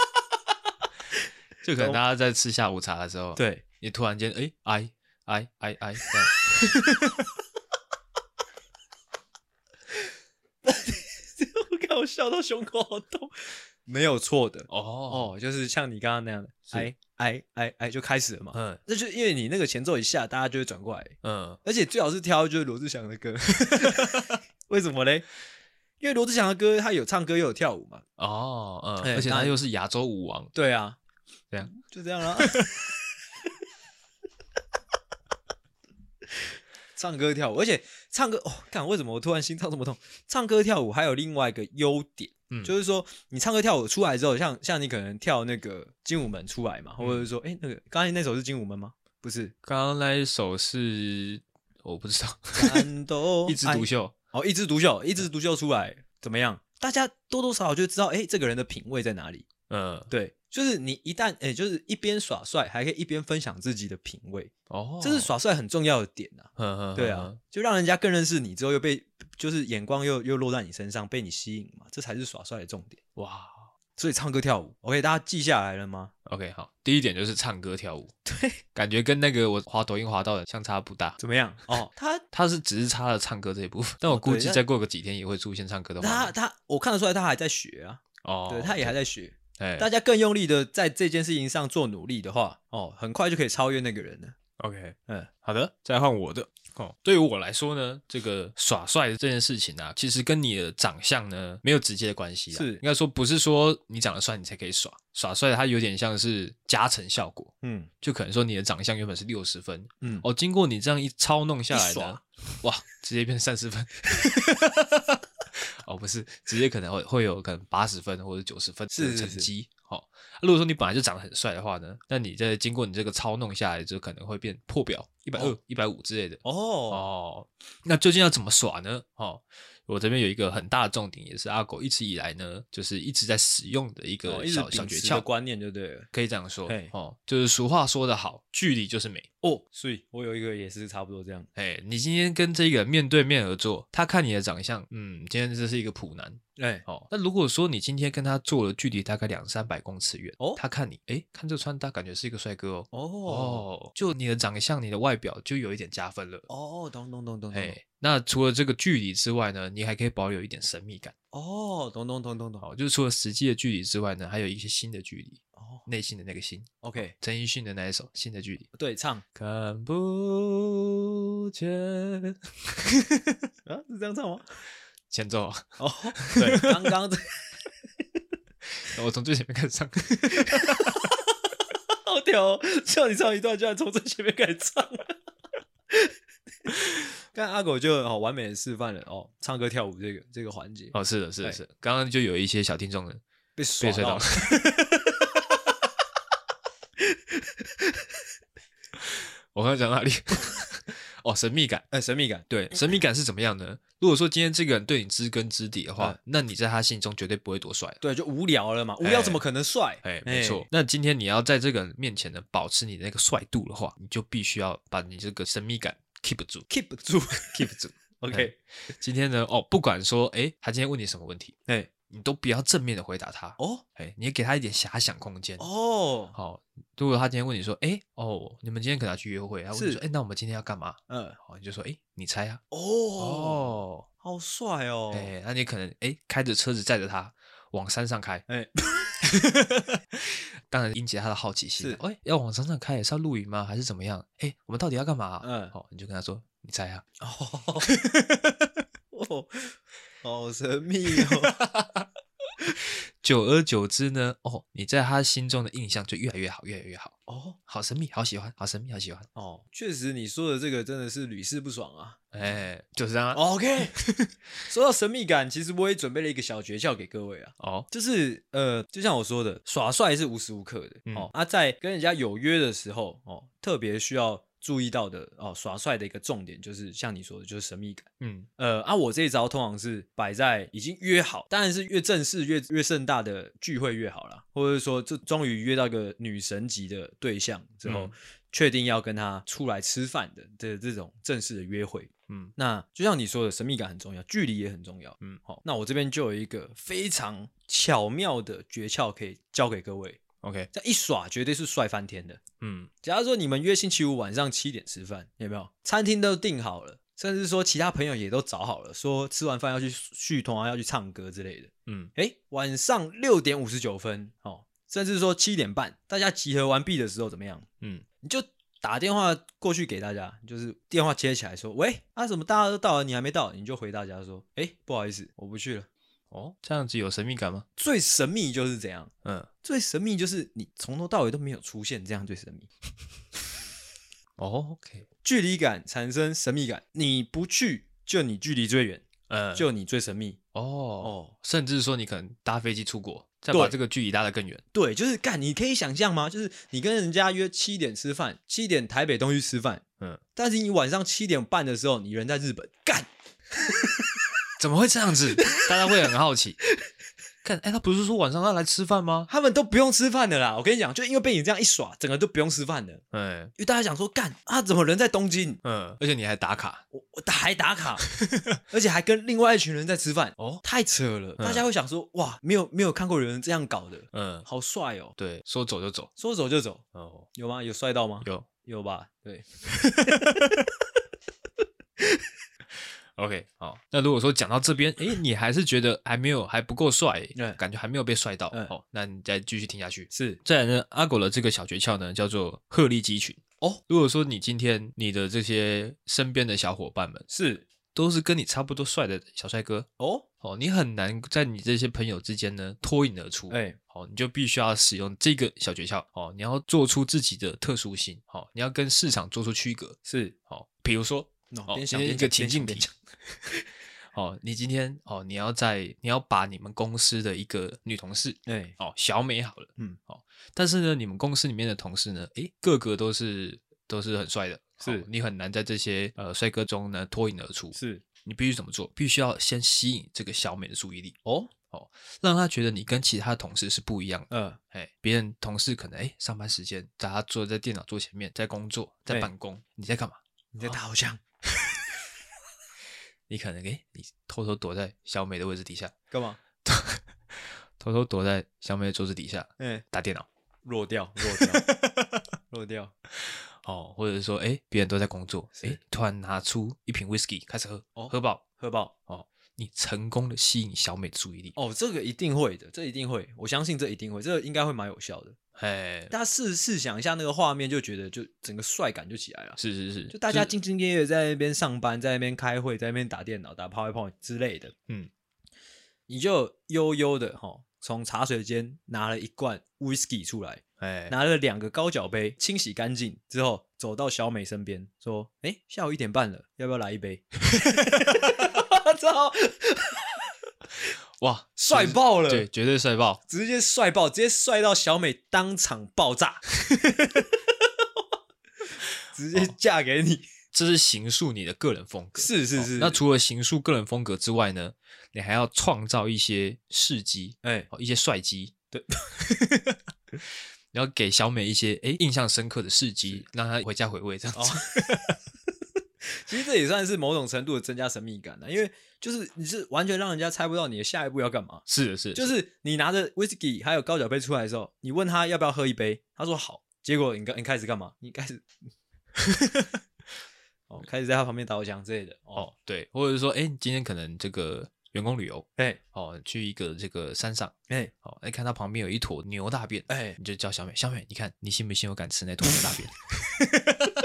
[SPEAKER 1] 就可能大家在吃下午茶的时候，，
[SPEAKER 2] 对，
[SPEAKER 1] 你突然间，哎，哎哎哎哎，这样
[SPEAKER 2] 我看我笑到胸口好痛，没有错的
[SPEAKER 1] 哦，
[SPEAKER 2] 哦，就是像你刚刚那样的，
[SPEAKER 1] 是
[SPEAKER 2] 哎哎哎哎就开始了嘛。
[SPEAKER 1] 嗯
[SPEAKER 2] 那就因为你那个前奏一下，大家就会转过来，
[SPEAKER 1] 嗯，
[SPEAKER 2] 而且最好是挑就是罗志祥的歌， 为什么嘞？因为罗志祥的歌，他有唱歌又有跳舞嘛。
[SPEAKER 1] 哦嗯，
[SPEAKER 2] 哎
[SPEAKER 1] 而且
[SPEAKER 2] 当
[SPEAKER 1] 他
[SPEAKER 2] 然
[SPEAKER 1] 又是亚洲舞王，
[SPEAKER 2] 对啊，
[SPEAKER 1] 这样
[SPEAKER 2] 就这样啊啦。 唱歌跳舞，而且唱歌哦，看为什么我突然心脏这么痛？唱歌跳舞还有另外一个优点，
[SPEAKER 1] 嗯
[SPEAKER 2] 就是说你唱歌跳舞出来之后，像像你可能跳那个精武门出来嘛，或者是说，哎、那个刚才那首是精武门吗？不 是，
[SPEAKER 1] 刚刚那一首是我不知道，
[SPEAKER 2] 战 斗
[SPEAKER 1] 一枝
[SPEAKER 2] 爱
[SPEAKER 1] 独秀。
[SPEAKER 2] 哦，一枝独秀，一枝独秀出来怎么样？大家多多少少就知道，哎、这个人的品味在哪里。
[SPEAKER 1] 嗯，
[SPEAKER 2] 对，就是你一旦，哎、就是一边耍帅，还可以一边分享自己的品味，
[SPEAKER 1] 哦，
[SPEAKER 2] 这是耍帅很重要的点啊。
[SPEAKER 1] 嗯，嗯嗯，
[SPEAKER 2] 对啊，就让人家更认识你之后，又被就是眼光又又落在你身上，被你吸引嘛，这才是耍帅的重点。
[SPEAKER 1] 哇
[SPEAKER 2] 所以唱歌跳舞，OK，大家记下来了吗？
[SPEAKER 1] ，OK，好，第一点就是唱歌跳舞，对，感觉跟那个我滑抖音滑到的相差不大。
[SPEAKER 2] 怎么样？ 哦，他
[SPEAKER 1] 他是只是差了唱歌这一部分，但我估
[SPEAKER 2] 哦对
[SPEAKER 1] 计
[SPEAKER 2] 那
[SPEAKER 1] 再过个几天也会出现唱歌的画
[SPEAKER 2] 他
[SPEAKER 1] 面。
[SPEAKER 2] 他，我看得出来他还在学啊，
[SPEAKER 1] 哦，
[SPEAKER 2] 对，他也还在学。
[SPEAKER 1] 哎
[SPEAKER 2] 大家更用力的在这件事情上做努力的话，哦，很快就可以超越那个人了。
[SPEAKER 1] OK，
[SPEAKER 2] 嗯，
[SPEAKER 1] 好的，再换我的。哦，对于我来说呢，这个耍帅这件事情啊，其实跟你的长相呢没有直接的关系啦。啊
[SPEAKER 2] 是
[SPEAKER 1] 应该说不是说你长得帅你才可以耍，耍帅它有点像是加成效果，
[SPEAKER 2] 嗯
[SPEAKER 1] 就可能说你的长相原本是六十分，
[SPEAKER 2] 嗯，
[SPEAKER 1] 哦，经过你这样一操弄下来呢
[SPEAKER 2] 一耍，
[SPEAKER 1] 哇，直接变三十分。哦，不是，直接可能会会有可能八十分或者九十分
[SPEAKER 2] 是
[SPEAKER 1] 的
[SPEAKER 2] 是
[SPEAKER 1] 成
[SPEAKER 2] 是
[SPEAKER 1] 绩。好、啊如果说你本来就长得很帅的话呢，那你在经过你这个操弄下来，就可能会变破表一百二
[SPEAKER 2] 哦、
[SPEAKER 1] 一百五之类的。
[SPEAKER 2] 哦，
[SPEAKER 1] 哦，那究竟要怎么耍呢？哦，我这边有一个很大的重点，也是阿狗一直以来呢，就是一直在使用的一
[SPEAKER 2] 哦
[SPEAKER 1] 个
[SPEAKER 2] 一直
[SPEAKER 1] 小、
[SPEAKER 2] 秉
[SPEAKER 1] 小诀
[SPEAKER 2] 持的
[SPEAKER 1] 窍，
[SPEAKER 2] 观念就对了。
[SPEAKER 1] 可以这样说
[SPEAKER 2] 嘿。
[SPEAKER 1] 哦，就是俗话说得好，距离就是美。
[SPEAKER 2] 哦，所以我有一个也是差不多这样，
[SPEAKER 1] 哎、你今天跟这个人面对面而坐，他看你的长相，嗯，今天这是一个普男
[SPEAKER 2] 哎、
[SPEAKER 1] 哦。那如果说你今天跟他坐了距离大概两三百公尺远，
[SPEAKER 2] 哦
[SPEAKER 1] 他看你，哎，看这穿搭感觉是一个帅哥哦，
[SPEAKER 2] 哦
[SPEAKER 1] 哦，就你的长相、你的外表就有一点加分了，
[SPEAKER 2] 哦，懂懂懂懂
[SPEAKER 1] 哎、
[SPEAKER 2] 懂，
[SPEAKER 1] 那除了这个距离之外呢，你还可以保有一点神秘感
[SPEAKER 2] 哦，懂懂懂懂懂，
[SPEAKER 1] 哦，就是除了实际的距离之外呢，还有一些新的距离，
[SPEAKER 2] 哦
[SPEAKER 1] 内心的那个心，
[SPEAKER 2] ，OK，
[SPEAKER 1] 陈奕迅的那一首《新的距离》，
[SPEAKER 2] 哦对，唱
[SPEAKER 1] 看不见
[SPEAKER 2] 啊，是这样唱吗？
[SPEAKER 1] 前奏啊。
[SPEAKER 2] 哦， 对，刚刚这，
[SPEAKER 1] 我从最前面开始唱。
[SPEAKER 2] 好屌、哦，叫你唱一段，居然从最前面开始唱。 刚才阿狗就好完美的示范了哦，唱歌跳舞这个这个环节
[SPEAKER 1] 哦，是的，是的，
[SPEAKER 2] 哎
[SPEAKER 1] 是的。刚刚就有一些小听众呢
[SPEAKER 2] 被
[SPEAKER 1] 被
[SPEAKER 2] 耍
[SPEAKER 1] 吹到
[SPEAKER 2] 到，。
[SPEAKER 1] 我刚刚讲哪里？ 哦，神秘感。
[SPEAKER 2] 哎，神秘感，
[SPEAKER 1] 对，神秘感是怎么样呢？如果说今天这个人对你知根知底的话，
[SPEAKER 2] 嗯
[SPEAKER 1] 那你在他心中绝对不会多帅。
[SPEAKER 2] 对，就无聊了嘛，无聊
[SPEAKER 1] 哎
[SPEAKER 2] 怎么可能帅？
[SPEAKER 1] 哎，没错。那今天你要在这个人面前呢，保持你那个帅度的话，你就必须要把你这个神秘感 keep 住
[SPEAKER 2] ，keep 住
[SPEAKER 1] ，keep 住。
[SPEAKER 2] ，OK，
[SPEAKER 1] 今天呢，哦，不管说，哎，他今天问你什么问题，
[SPEAKER 2] 哎，
[SPEAKER 1] 你都不要正面的回答他，
[SPEAKER 2] 哦
[SPEAKER 1] 哎，你也给他一点遐想空间。
[SPEAKER 2] 哦，
[SPEAKER 1] 好，如果他今天问你说，哎、哦，你们今天可能要去约会，他问你
[SPEAKER 2] 是
[SPEAKER 1] 说，哎、那我们今天要干嘛？
[SPEAKER 2] 嗯，
[SPEAKER 1] 好，你就说，哎、你猜啊。
[SPEAKER 2] 哦，
[SPEAKER 1] 哦，
[SPEAKER 2] 好帅哦
[SPEAKER 1] 哎、，那你可能哎、开着车子载着他往山上开，
[SPEAKER 2] 哎，
[SPEAKER 1] 当然引起他的好奇心
[SPEAKER 2] 是
[SPEAKER 1] 了。哎、要往山上开也是要露营吗？还是怎么样？哎、我们到底要干嘛、
[SPEAKER 2] 嗯
[SPEAKER 1] 好，你就跟他说，你猜啊。
[SPEAKER 2] 哦，哦，好神秘 哦，
[SPEAKER 1] 久而久之呢，哦，你在他心中的印象就越来越好，越来越好，
[SPEAKER 2] 哦
[SPEAKER 1] 好神秘，好喜欢，好神秘，好喜欢。
[SPEAKER 2] 哦，确实你说的这个真的是屡试不爽啊。
[SPEAKER 1] 哎、就是这样啊。
[SPEAKER 2] OK，说到神秘感，其实我也准备了一个小诀窍给各位啊。
[SPEAKER 1] 哦，
[SPEAKER 2] 就是呃，就像我说的，耍帅是无时无刻的、
[SPEAKER 1] 嗯
[SPEAKER 2] 哦。啊，在跟人家有约的时候哦，特别需要注意到的哦，耍帅的一个重点就是像你说的，就是神秘感。
[SPEAKER 1] 嗯，
[SPEAKER 2] 呃，啊，我这一招通常是摆在已经约好，当然是越正式越越盛大的聚会越好啦，或者说这终于约到一个女神级的对象之后，
[SPEAKER 1] 嗯
[SPEAKER 2] 确定要跟她出来吃饭的的这种正式的约会。
[SPEAKER 1] 嗯，
[SPEAKER 2] 那就像你说的，神秘感很重要，距离也很重要。
[SPEAKER 1] 嗯，
[SPEAKER 2] 好、那我这边就有一个非常巧妙的诀窍可以教给各位，
[SPEAKER 1] ，OK，
[SPEAKER 2] 这样一耍绝对是帅翻天的。
[SPEAKER 1] 嗯，
[SPEAKER 2] 假如说你们约星期五晚上七点吃饭，有没有？餐厅都订好了，甚至说其他朋友也都找好了，说吃完饭要去续团啊，要去唱歌之类的。
[SPEAKER 1] 嗯，
[SPEAKER 2] 诶，晚上六点五十九分，哦，甚至说七点半，大家集合完毕的时候怎么样？
[SPEAKER 1] 嗯，
[SPEAKER 2] 你就打电话过去给大家，就是电话接起来说，喂，啊，怎么大家都到了，你还没到？你就回大家说，诶，不好意思，我不去了。
[SPEAKER 1] 哦，这样子有神秘感吗？
[SPEAKER 2] 最神秘就是怎样？
[SPEAKER 1] 嗯，
[SPEAKER 2] 最神秘就是你从头到尾都没有出现，这样最神秘。
[SPEAKER 1] 哦，OK，
[SPEAKER 2] 距离感产生神秘感，你不去就你距离最远。
[SPEAKER 1] 嗯，
[SPEAKER 2] 就你最神秘。
[SPEAKER 1] 哦
[SPEAKER 2] 哦
[SPEAKER 1] 哦，甚至说你可能搭飞机出国，再把
[SPEAKER 2] 对
[SPEAKER 1] 这个距离拉得更远。
[SPEAKER 2] 对，就是干，你可以想象吗？就是你跟人家约七点吃饭，七点台北东区吃饭，
[SPEAKER 1] 嗯，
[SPEAKER 2] 但是你晚上七点半的时候，你人在日本，干，
[SPEAKER 1] 怎么会这样子？大家会很好 奇。看，哎，他不是说晚上要来吃饭吗？
[SPEAKER 2] 他们都不用吃饭的啦。我跟你讲，就因为被你这样一耍，整个都不用吃饭的，因
[SPEAKER 1] 嗯
[SPEAKER 2] 为大家想说，干啊，怎么人在东京？
[SPEAKER 1] 嗯，而且你还打卡
[SPEAKER 2] 我我打还 打卡，而且还跟另外一群人在吃饭，
[SPEAKER 1] 哦。
[SPEAKER 2] 太扯了。
[SPEAKER 1] 嗯
[SPEAKER 2] 大家会想说，哇，没有没有看过有人这样搞的，
[SPEAKER 1] 嗯，
[SPEAKER 2] 好帅哦，
[SPEAKER 1] 对，说走就走。
[SPEAKER 2] 说走就走，
[SPEAKER 1] 哦，
[SPEAKER 2] 有吗？有帅到吗？
[SPEAKER 1] 有
[SPEAKER 2] 有吧？对，
[SPEAKER 1] OK，好。那如果说讲到这边，哎，你还是觉得还没有还不够帅
[SPEAKER 2] 嗯，
[SPEAKER 1] 感觉还没有被帅到
[SPEAKER 2] 嗯，
[SPEAKER 1] 哦，那你再继续听下去。
[SPEAKER 2] 是
[SPEAKER 1] 再来呢，阿狗的这个小诀窍呢，叫做鹤立鸡群。
[SPEAKER 2] 哦，
[SPEAKER 1] 如果说你今天你的这些身边的小伙伴们
[SPEAKER 2] 是
[SPEAKER 1] 都是跟你差不多帅的小帅哥，
[SPEAKER 2] 哦，
[SPEAKER 1] 哦，你很难在你这些朋友之间呢脱颖而出。
[SPEAKER 2] 哎、
[SPEAKER 1] 哦，你就必须要使用这个小诀窍哦，你要做出自己的特殊性，哦，你要跟市场做出区隔，
[SPEAKER 2] 是
[SPEAKER 1] 哦，比如说，
[SPEAKER 2] 喏
[SPEAKER 1] 哦，
[SPEAKER 2] 边
[SPEAKER 1] 今
[SPEAKER 2] 想
[SPEAKER 1] 天
[SPEAKER 2] 边
[SPEAKER 1] 一个
[SPEAKER 2] 讲
[SPEAKER 1] 情
[SPEAKER 2] 边想
[SPEAKER 1] 境
[SPEAKER 2] 边
[SPEAKER 1] 题， 哦，你今天哦，你要在你要把你们公司的一个女同事，
[SPEAKER 2] 哎、
[SPEAKER 1] 哦，小美好了，
[SPEAKER 2] 嗯，
[SPEAKER 1] 哦，但是呢，你们公司里面的同事呢，诶，个个都是都是很帅的，
[SPEAKER 2] 是
[SPEAKER 1] 哦你很难在这些呃帅哥中呢脱颖而出，
[SPEAKER 2] 是
[SPEAKER 1] 你必须怎么做？必须要先吸引这个小美的注意力，
[SPEAKER 2] 哦，
[SPEAKER 1] 让她觉得你跟其他同事是不一样的。
[SPEAKER 2] 呃，
[SPEAKER 1] 哎，别人同事可能哎，上班时间大家坐在电脑桌前面，在工作，在
[SPEAKER 2] 哎
[SPEAKER 1] 办公，你在干嘛？
[SPEAKER 2] 你在打好像
[SPEAKER 1] 你可能哎，你偷偷躲在小美的位置底下，
[SPEAKER 2] 干嘛？
[SPEAKER 1] 偷偷躲在小美的桌子底下
[SPEAKER 2] 哎、
[SPEAKER 1] 打电脑
[SPEAKER 2] 弱掉，弱掉，弱掉，
[SPEAKER 1] 哦，或者说哎，别人都在工作，
[SPEAKER 2] 是
[SPEAKER 1] 哎，突然拿出一瓶 whisky 开始喝，
[SPEAKER 2] 哦
[SPEAKER 1] 喝饱，
[SPEAKER 2] 喝爆！
[SPEAKER 1] 你成功的吸引小美的注意力。
[SPEAKER 2] 哦，这个一定会的，这一定会，我相信这一定会，这个应该会蛮有效的。
[SPEAKER 1] 哎，
[SPEAKER 2] 大家试试想一下那个画面，就觉得就整个帅感就起来了。
[SPEAKER 1] 是是是，
[SPEAKER 2] 就大家
[SPEAKER 1] 是
[SPEAKER 2] 兢兢业业在那边上班，在那边开会，在那边打电脑、打 PowerPoint 之类的，
[SPEAKER 1] 嗯，
[SPEAKER 2] 你就悠悠的哈，从茶水间拿了一罐 whisky 出来，
[SPEAKER 1] 哎，
[SPEAKER 2] 拿了两个高脚杯，清洗干净之后，走到小美身边，说：“哎、下午一点半了，要不要来一杯？” 操，
[SPEAKER 1] 哇，
[SPEAKER 2] 帅
[SPEAKER 1] 就是
[SPEAKER 2] 爆了
[SPEAKER 1] 对，绝对帅爆，
[SPEAKER 2] 直接帅爆，直接帅到小美当场爆 炸，直接嫁给你。
[SPEAKER 1] 这是形塑你的个人风格。
[SPEAKER 2] 哦是是
[SPEAKER 1] 哦
[SPEAKER 2] 是，
[SPEAKER 1] 那除了形塑个人风格之外呢，你还要创造一些事迹，
[SPEAKER 2] 哎、
[SPEAKER 1] 哦，一些帅机，
[SPEAKER 2] 对，
[SPEAKER 1] 你要给小美一些诶印象深刻的事迹，让她回家回味这样子。
[SPEAKER 2] 其实这也算是某种程度的增加神秘感了，啊因为就是你是完全让人家猜不到你的下一步要干嘛。
[SPEAKER 1] 是的，是的，
[SPEAKER 2] 就是你拿着 whisky 还有高脚杯出来的时候，你问他要不要喝一杯，他说好。结果你刚你开始干嘛？你开 始哦，开始在他旁边打火枪之类的哦。
[SPEAKER 1] 哦，对，或者是说，诶，你今天可能这个员工旅游，
[SPEAKER 2] 哎
[SPEAKER 1] 哦，去一个这个山上，
[SPEAKER 2] 哎
[SPEAKER 1] 哦，哎，看到旁边有一坨牛大便，
[SPEAKER 2] 哎，
[SPEAKER 1] 你就叫小美，小美，你看你信不信我敢吃那坨牛大便？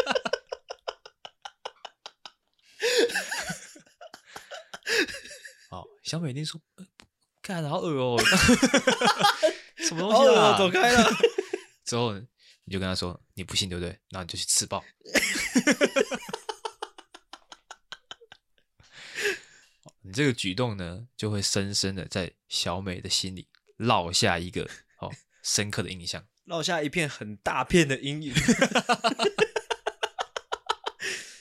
[SPEAKER 1] 哦，小美一定说，呃不干好恶哦， 什么东西
[SPEAKER 2] 哦
[SPEAKER 1] 啊？
[SPEAKER 2] 走开了。
[SPEAKER 1] 之后你就跟她说你不信对不对？然后你就去吃 爆。你这个举动呢，就会深深的在小美的心里烙下一个哦深刻的印象。
[SPEAKER 2] 落下一片很大片的阴影。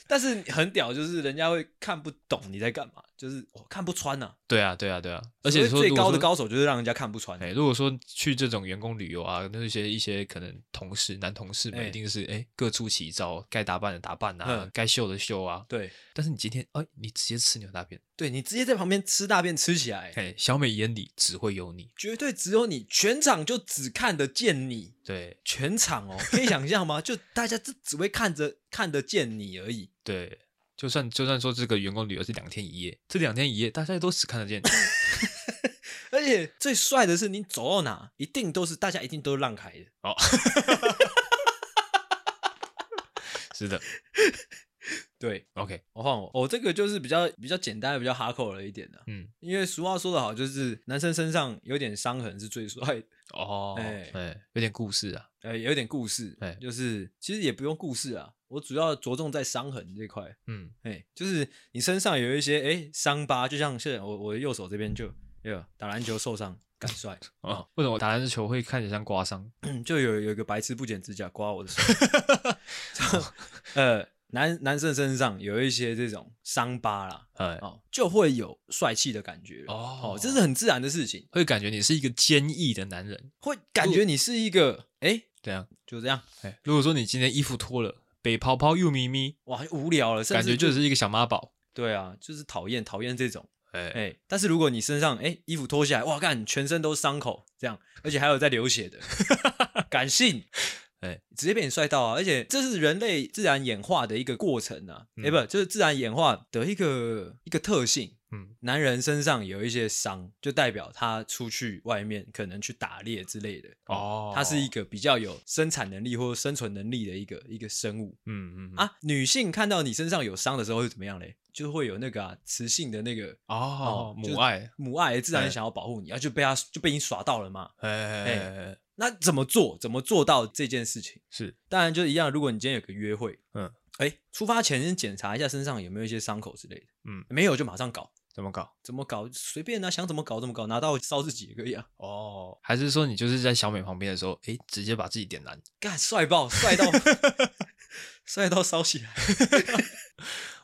[SPEAKER 2] 但是很屌，就是人家会看不懂你在干嘛，就是我、哦看不穿呐、
[SPEAKER 1] 对啊，对啊，对啊，而且
[SPEAKER 2] 所
[SPEAKER 1] 说
[SPEAKER 2] 以最
[SPEAKER 1] 如果
[SPEAKER 2] 高的
[SPEAKER 1] 说，
[SPEAKER 2] 高手就是让人家看不穿。
[SPEAKER 1] 哎，如果说去这种员工旅游啊，那些一些可能同事男同事们
[SPEAKER 2] 哎
[SPEAKER 1] 一定是哎各出奇招，该打扮的打扮啊
[SPEAKER 2] 嗯，
[SPEAKER 1] 该秀的秀啊。
[SPEAKER 2] 对
[SPEAKER 1] 但是你今天哎，你直接吃牛大便，
[SPEAKER 2] 对，你直接在旁边吃大便吃起来，
[SPEAKER 1] 哎，小美眼里只会有你。
[SPEAKER 2] 绝对只有你，全场就只看得见你，
[SPEAKER 1] 对
[SPEAKER 2] 全场哦， 可以想象吗？就大家就只会看着看得见你而已。
[SPEAKER 1] 对，就算就算说这个员工旅游是两天一夜，这两天一夜大家都只看得见你。
[SPEAKER 2] 而且最帅的是，你走到哪，一定都是大家一定都让开的。
[SPEAKER 1] 是的
[SPEAKER 2] 对，
[SPEAKER 1] ，OK，
[SPEAKER 2] 我换我，我、这个就是比较比较简单、比较哈口了一点的、啊
[SPEAKER 1] 嗯，
[SPEAKER 2] 因为俗话说得好，就是男生身上有点伤痕是最帅的。
[SPEAKER 1] 哦，
[SPEAKER 2] 哎
[SPEAKER 1] 哎，有点故事啊，
[SPEAKER 2] 呃，有点故事，
[SPEAKER 1] 哎
[SPEAKER 2] 就是其实也不用故事啊。我主要着重在伤痕这块。
[SPEAKER 1] 嗯，
[SPEAKER 2] 哎、就是你身上有一些哎、伤疤，就像是我我的右手这边就有打篮球受伤，敢摔，
[SPEAKER 1] 哦，为什么我打篮球会看起来像刮伤？
[SPEAKER 2] 就有有一个白痴不剪指甲刮 我的手，呃，男男生身上有一些这种伤疤啦，
[SPEAKER 1] 哎，
[SPEAKER 2] 哦，就会有帅气的感觉了
[SPEAKER 1] 哦
[SPEAKER 2] 哦，这是很自然的事情，
[SPEAKER 1] 会感觉你是一个坚毅的男人，
[SPEAKER 2] 会感觉你是一个哎、
[SPEAKER 1] 这样。
[SPEAKER 2] 就这样，
[SPEAKER 1] 哎，如果说你今天衣服脱了，北泡泡又咪咪，
[SPEAKER 2] 哇，很无聊了，甚
[SPEAKER 1] 感
[SPEAKER 2] 至
[SPEAKER 1] 觉就是一个小妈宝。
[SPEAKER 2] 对啊，就是讨厌讨厌这种。哎、
[SPEAKER 1] 哎，
[SPEAKER 2] 但是如果你身上哎、衣服脱下来，哇干，全身都是伤口，这样，而且还有在流血的，感性，
[SPEAKER 1] 哎
[SPEAKER 2] 直接被你帅到啊！而且这是人类自然演化的一个过程啊，哎、
[SPEAKER 1] 嗯
[SPEAKER 2] 不，就是自然演化的一个一个特性。
[SPEAKER 1] 嗯，
[SPEAKER 2] 男人身上有一些伤，就代表他出去外面可能去打猎之类的，
[SPEAKER 1] 哦
[SPEAKER 2] 他是一，个比较有生产能力或生存能力的一个一个生物。
[SPEAKER 1] 嗯嗯，
[SPEAKER 2] 啊，女性看到你身上有伤的时候会怎么样嘞？就会有那个啊，雌性的那个
[SPEAKER 1] 哦，
[SPEAKER 2] 就是
[SPEAKER 1] 母爱，
[SPEAKER 2] 母爱自然
[SPEAKER 1] 哎
[SPEAKER 2] 想要保护你，啊，就被他就被你耍到了嘛。
[SPEAKER 1] 哎哎
[SPEAKER 2] 哎
[SPEAKER 1] 哎，哎
[SPEAKER 2] 那怎么做？怎么做到这件事情？
[SPEAKER 1] 是，
[SPEAKER 2] 当然就一样，如果你今天有个约会，
[SPEAKER 1] 嗯，
[SPEAKER 2] 哎，出发前先检查一下身上有没有一些伤口之类的，
[SPEAKER 1] 嗯，
[SPEAKER 2] 没有就马上搞，
[SPEAKER 1] 怎么搞？
[SPEAKER 2] 怎么搞随便啊，想怎么搞怎么搞，拿刀烧自己也可以啊。
[SPEAKER 1] 哦，还是说你就是在小美旁边的时候，哎，直接把自己点燃？
[SPEAKER 2] 干帅爆，帅 到帅到烧起来，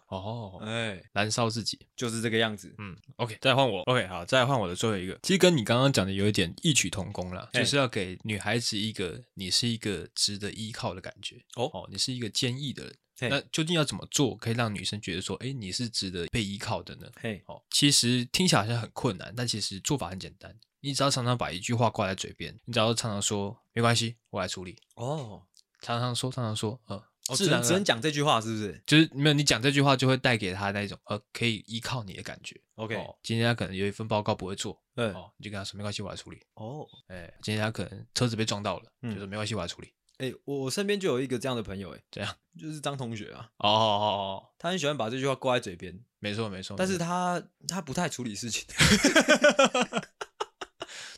[SPEAKER 1] 哦，
[SPEAKER 2] 哎，
[SPEAKER 1] 燃烧自己。
[SPEAKER 2] 就是这个样子。
[SPEAKER 1] 嗯，OK，再换我。OK，好，再换我的最后一个。其实跟你刚刚讲的有一点异曲同工啦，
[SPEAKER 2] 哎
[SPEAKER 1] 就是要给女孩子一个你是一个值得依靠的感觉。
[SPEAKER 2] 哦
[SPEAKER 1] 哦，你哎是一个坚毅的人。
[SPEAKER 2] 嘿
[SPEAKER 1] 那究竟要怎么做可以让女生觉得说，哎，你是值得被依靠的呢？
[SPEAKER 2] 嘿，
[SPEAKER 1] 哦，其实听起来好像很困难，但其实做法很简单。你只要常常把一句话挂在嘴边，你只要常常说没关系，我来处理。
[SPEAKER 2] 哦，
[SPEAKER 1] 常常说，常常说，嗯，
[SPEAKER 2] 哦
[SPEAKER 1] 自
[SPEAKER 2] 只
[SPEAKER 1] 然
[SPEAKER 2] 能只
[SPEAKER 1] 而
[SPEAKER 2] 能
[SPEAKER 1] 然
[SPEAKER 2] 讲这句话是不是
[SPEAKER 1] 就是没有你讲这句话就会带给她那种呃可以依靠你的感觉。
[SPEAKER 2] ？OK，
[SPEAKER 1] 哦，今天他可能有一份报告不会做，
[SPEAKER 2] 嗯，
[SPEAKER 1] 哦，你就跟他说没关系，我来处理。
[SPEAKER 2] 哦，
[SPEAKER 1] 哎，今天他可能车子被撞到了，
[SPEAKER 2] 嗯
[SPEAKER 1] 就说没关系，我来处理。
[SPEAKER 2] 哎，我我身边就有一个这样的朋友，哎，
[SPEAKER 1] 怎样？
[SPEAKER 2] 就是张同学啊。
[SPEAKER 1] 哦哦哦哦，
[SPEAKER 2] 他很喜欢把这句话挂在嘴边，
[SPEAKER 1] 没错没错。
[SPEAKER 2] 但
[SPEAKER 1] 没
[SPEAKER 2] 是
[SPEAKER 1] 错
[SPEAKER 2] 他他不太处理事情。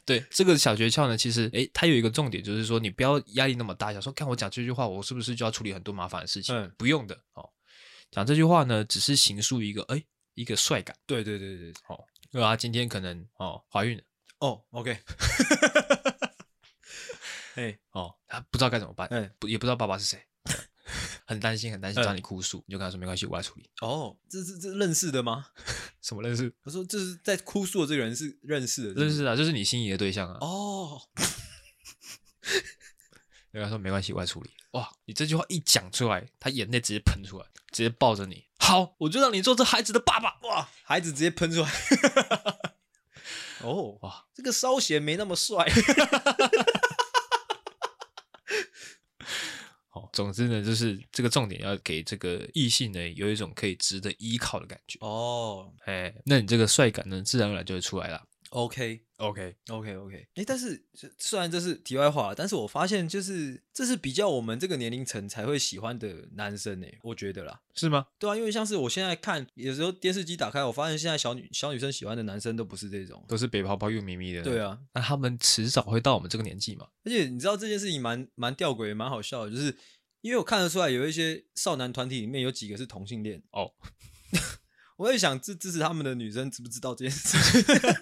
[SPEAKER 1] 对这个小诀窍呢，其实哎，他有一个重点就是说，你不要压力那么大，想说看我讲这句话，我是不是就要处理很多麻烦的事情？
[SPEAKER 2] 嗯
[SPEAKER 1] 不用的哦。讲这句话呢，只是形塑一个哎一个帅感。
[SPEAKER 2] 对对对对，对
[SPEAKER 1] 因为他今天可能哦怀孕了
[SPEAKER 2] 哦，OK，哎
[SPEAKER 1] 哦，嗯他不知道该怎么办，
[SPEAKER 2] 哎
[SPEAKER 1] 不也不知道爸爸是 谁，很担心很担心，
[SPEAKER 2] 嗯
[SPEAKER 1] 找你哭诉，你就跟他说没关系，我来处理。
[SPEAKER 2] 哦，这这这认识的吗？
[SPEAKER 1] 什么认识？
[SPEAKER 2] 我说这是在哭诉的这个人是认识的，是不
[SPEAKER 1] 认
[SPEAKER 2] 是
[SPEAKER 1] 识啊，就是你心仪的对象啊。
[SPEAKER 2] 哦，
[SPEAKER 1] 然后他说没关系，我来处理。哇，你这句话一讲出来，他眼泪直接喷出来，直接抱着你。好，我就让你做这孩子的爸爸。哇
[SPEAKER 2] 孩子直接喷出来。 哦，
[SPEAKER 1] 哇，
[SPEAKER 2] 这个稍显没那么帅。
[SPEAKER 1] 好、哦总之呢，就是这个重点要给这个异性呢有一种可以值得依靠的感觉。
[SPEAKER 2] 哦
[SPEAKER 1] 哎，那你这个帅感呢，自然而然就会出来了。
[SPEAKER 2] ，OK。
[SPEAKER 1] OK，
[SPEAKER 2] OK OK，哎，但是这虽然这是题外话，但是我发现就是这是比较我们这个年龄层才会喜欢的男生呢，我觉得啦。
[SPEAKER 1] 是吗？
[SPEAKER 2] 对啊，因为像是我现在看，有时候电视机打开，我发现现在小女小女生喜欢的男生都不是这种。
[SPEAKER 1] 都是北泡泡又咪咪的。
[SPEAKER 2] 对，啊，
[SPEAKER 1] 那他们迟早会到我们这个年纪嘛？
[SPEAKER 2] 而且你知道这件事情蛮蛮吊诡，也蛮好笑的，就是因为我看得出来有一些少男团体里面有几个是同性恋
[SPEAKER 1] 哦，
[SPEAKER 2] 我也想支支持他们的女生知不知道这件事情？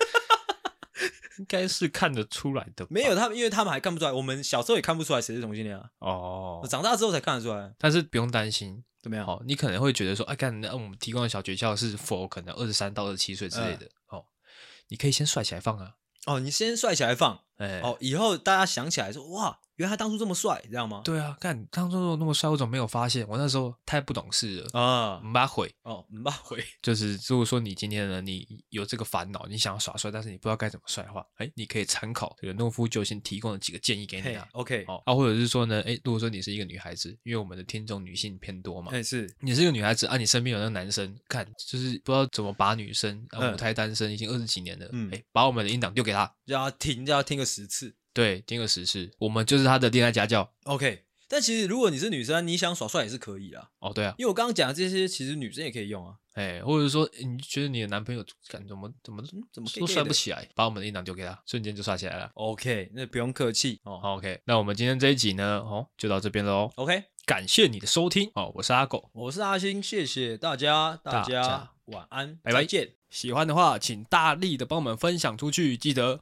[SPEAKER 1] 应该是看得出来的吧。
[SPEAKER 2] 没有他们，因为他们还看不出来，我们小时候也看不出来谁是同性恋啊，
[SPEAKER 1] 哦
[SPEAKER 2] 我，长大之后才看得出来，
[SPEAKER 1] 但是不用担心，
[SPEAKER 2] 怎么样？
[SPEAKER 1] 哦，你可能会觉得说，哎、看，那我们提供的小诀窍是否可能二十三到二十七岁之类
[SPEAKER 2] 嗯
[SPEAKER 1] 的、哦，你可以先帅起来放啊，
[SPEAKER 2] 哦，你先帅起来放
[SPEAKER 1] 哎、
[SPEAKER 2] 哦，以后大家想起来说哇，原来他当初这么帅，这样吗？
[SPEAKER 1] 对啊，看当初我那么帅，我怎么没有发现？我那时候太不懂事了，
[SPEAKER 2] 啊，
[SPEAKER 1] 嗯，把悔。
[SPEAKER 2] 哦，嗯吧回
[SPEAKER 1] 就是如果说你今天呢，你有这个烦恼，你想要耍帅，但是你不知道该怎么帅的话，哎，你可以参考这个诺夫救星提供的几个建议给你
[SPEAKER 2] 嘿
[SPEAKER 1] 啊。
[SPEAKER 2] ，OK，
[SPEAKER 1] 哦，啊，或者是说呢，哎，如果说你是一个女孩子，因为我们的听众女性偏多嘛，
[SPEAKER 2] 哎是，
[SPEAKER 1] 你是一个女孩子啊，你身边有那个男生，看就是不知道怎么把女生啊
[SPEAKER 2] 嗯
[SPEAKER 1] 母胎单身已经二十几年了，哎、
[SPEAKER 2] 嗯
[SPEAKER 1] 把我们的音档丢给他，
[SPEAKER 2] 让他听，让他听个十次。
[SPEAKER 1] 对，听个实事，我们就是他的恋爱家教。
[SPEAKER 2] OK，但其实如果你是女生，你想耍帅也是可以啦，
[SPEAKER 1] 哦，对啊，
[SPEAKER 2] 因为我刚刚讲的这些，其实女生也可以用啊。
[SPEAKER 1] 哎、或者说诶你觉得你的男朋友感怎么怎么
[SPEAKER 2] 嗯，怎么
[SPEAKER 1] 都
[SPEAKER 2] gay gay
[SPEAKER 1] 帅不
[SPEAKER 2] 的
[SPEAKER 1] 起来，把我们的音档丢给他，瞬间就帅起来了。
[SPEAKER 2] ？OK，那不用客气哦。
[SPEAKER 1] 好，OK，那我们今天这一集呢，哦，就到这边喽。
[SPEAKER 2] OK，
[SPEAKER 1] 感谢你的收听哦，我是阿狗，
[SPEAKER 2] 我是阿星，谢谢大家，大
[SPEAKER 1] 大
[SPEAKER 2] 家
[SPEAKER 1] 家
[SPEAKER 2] 晚安，
[SPEAKER 1] 拜拜
[SPEAKER 2] 再见。
[SPEAKER 1] 喜欢的话请大力的帮我们分享出去，记得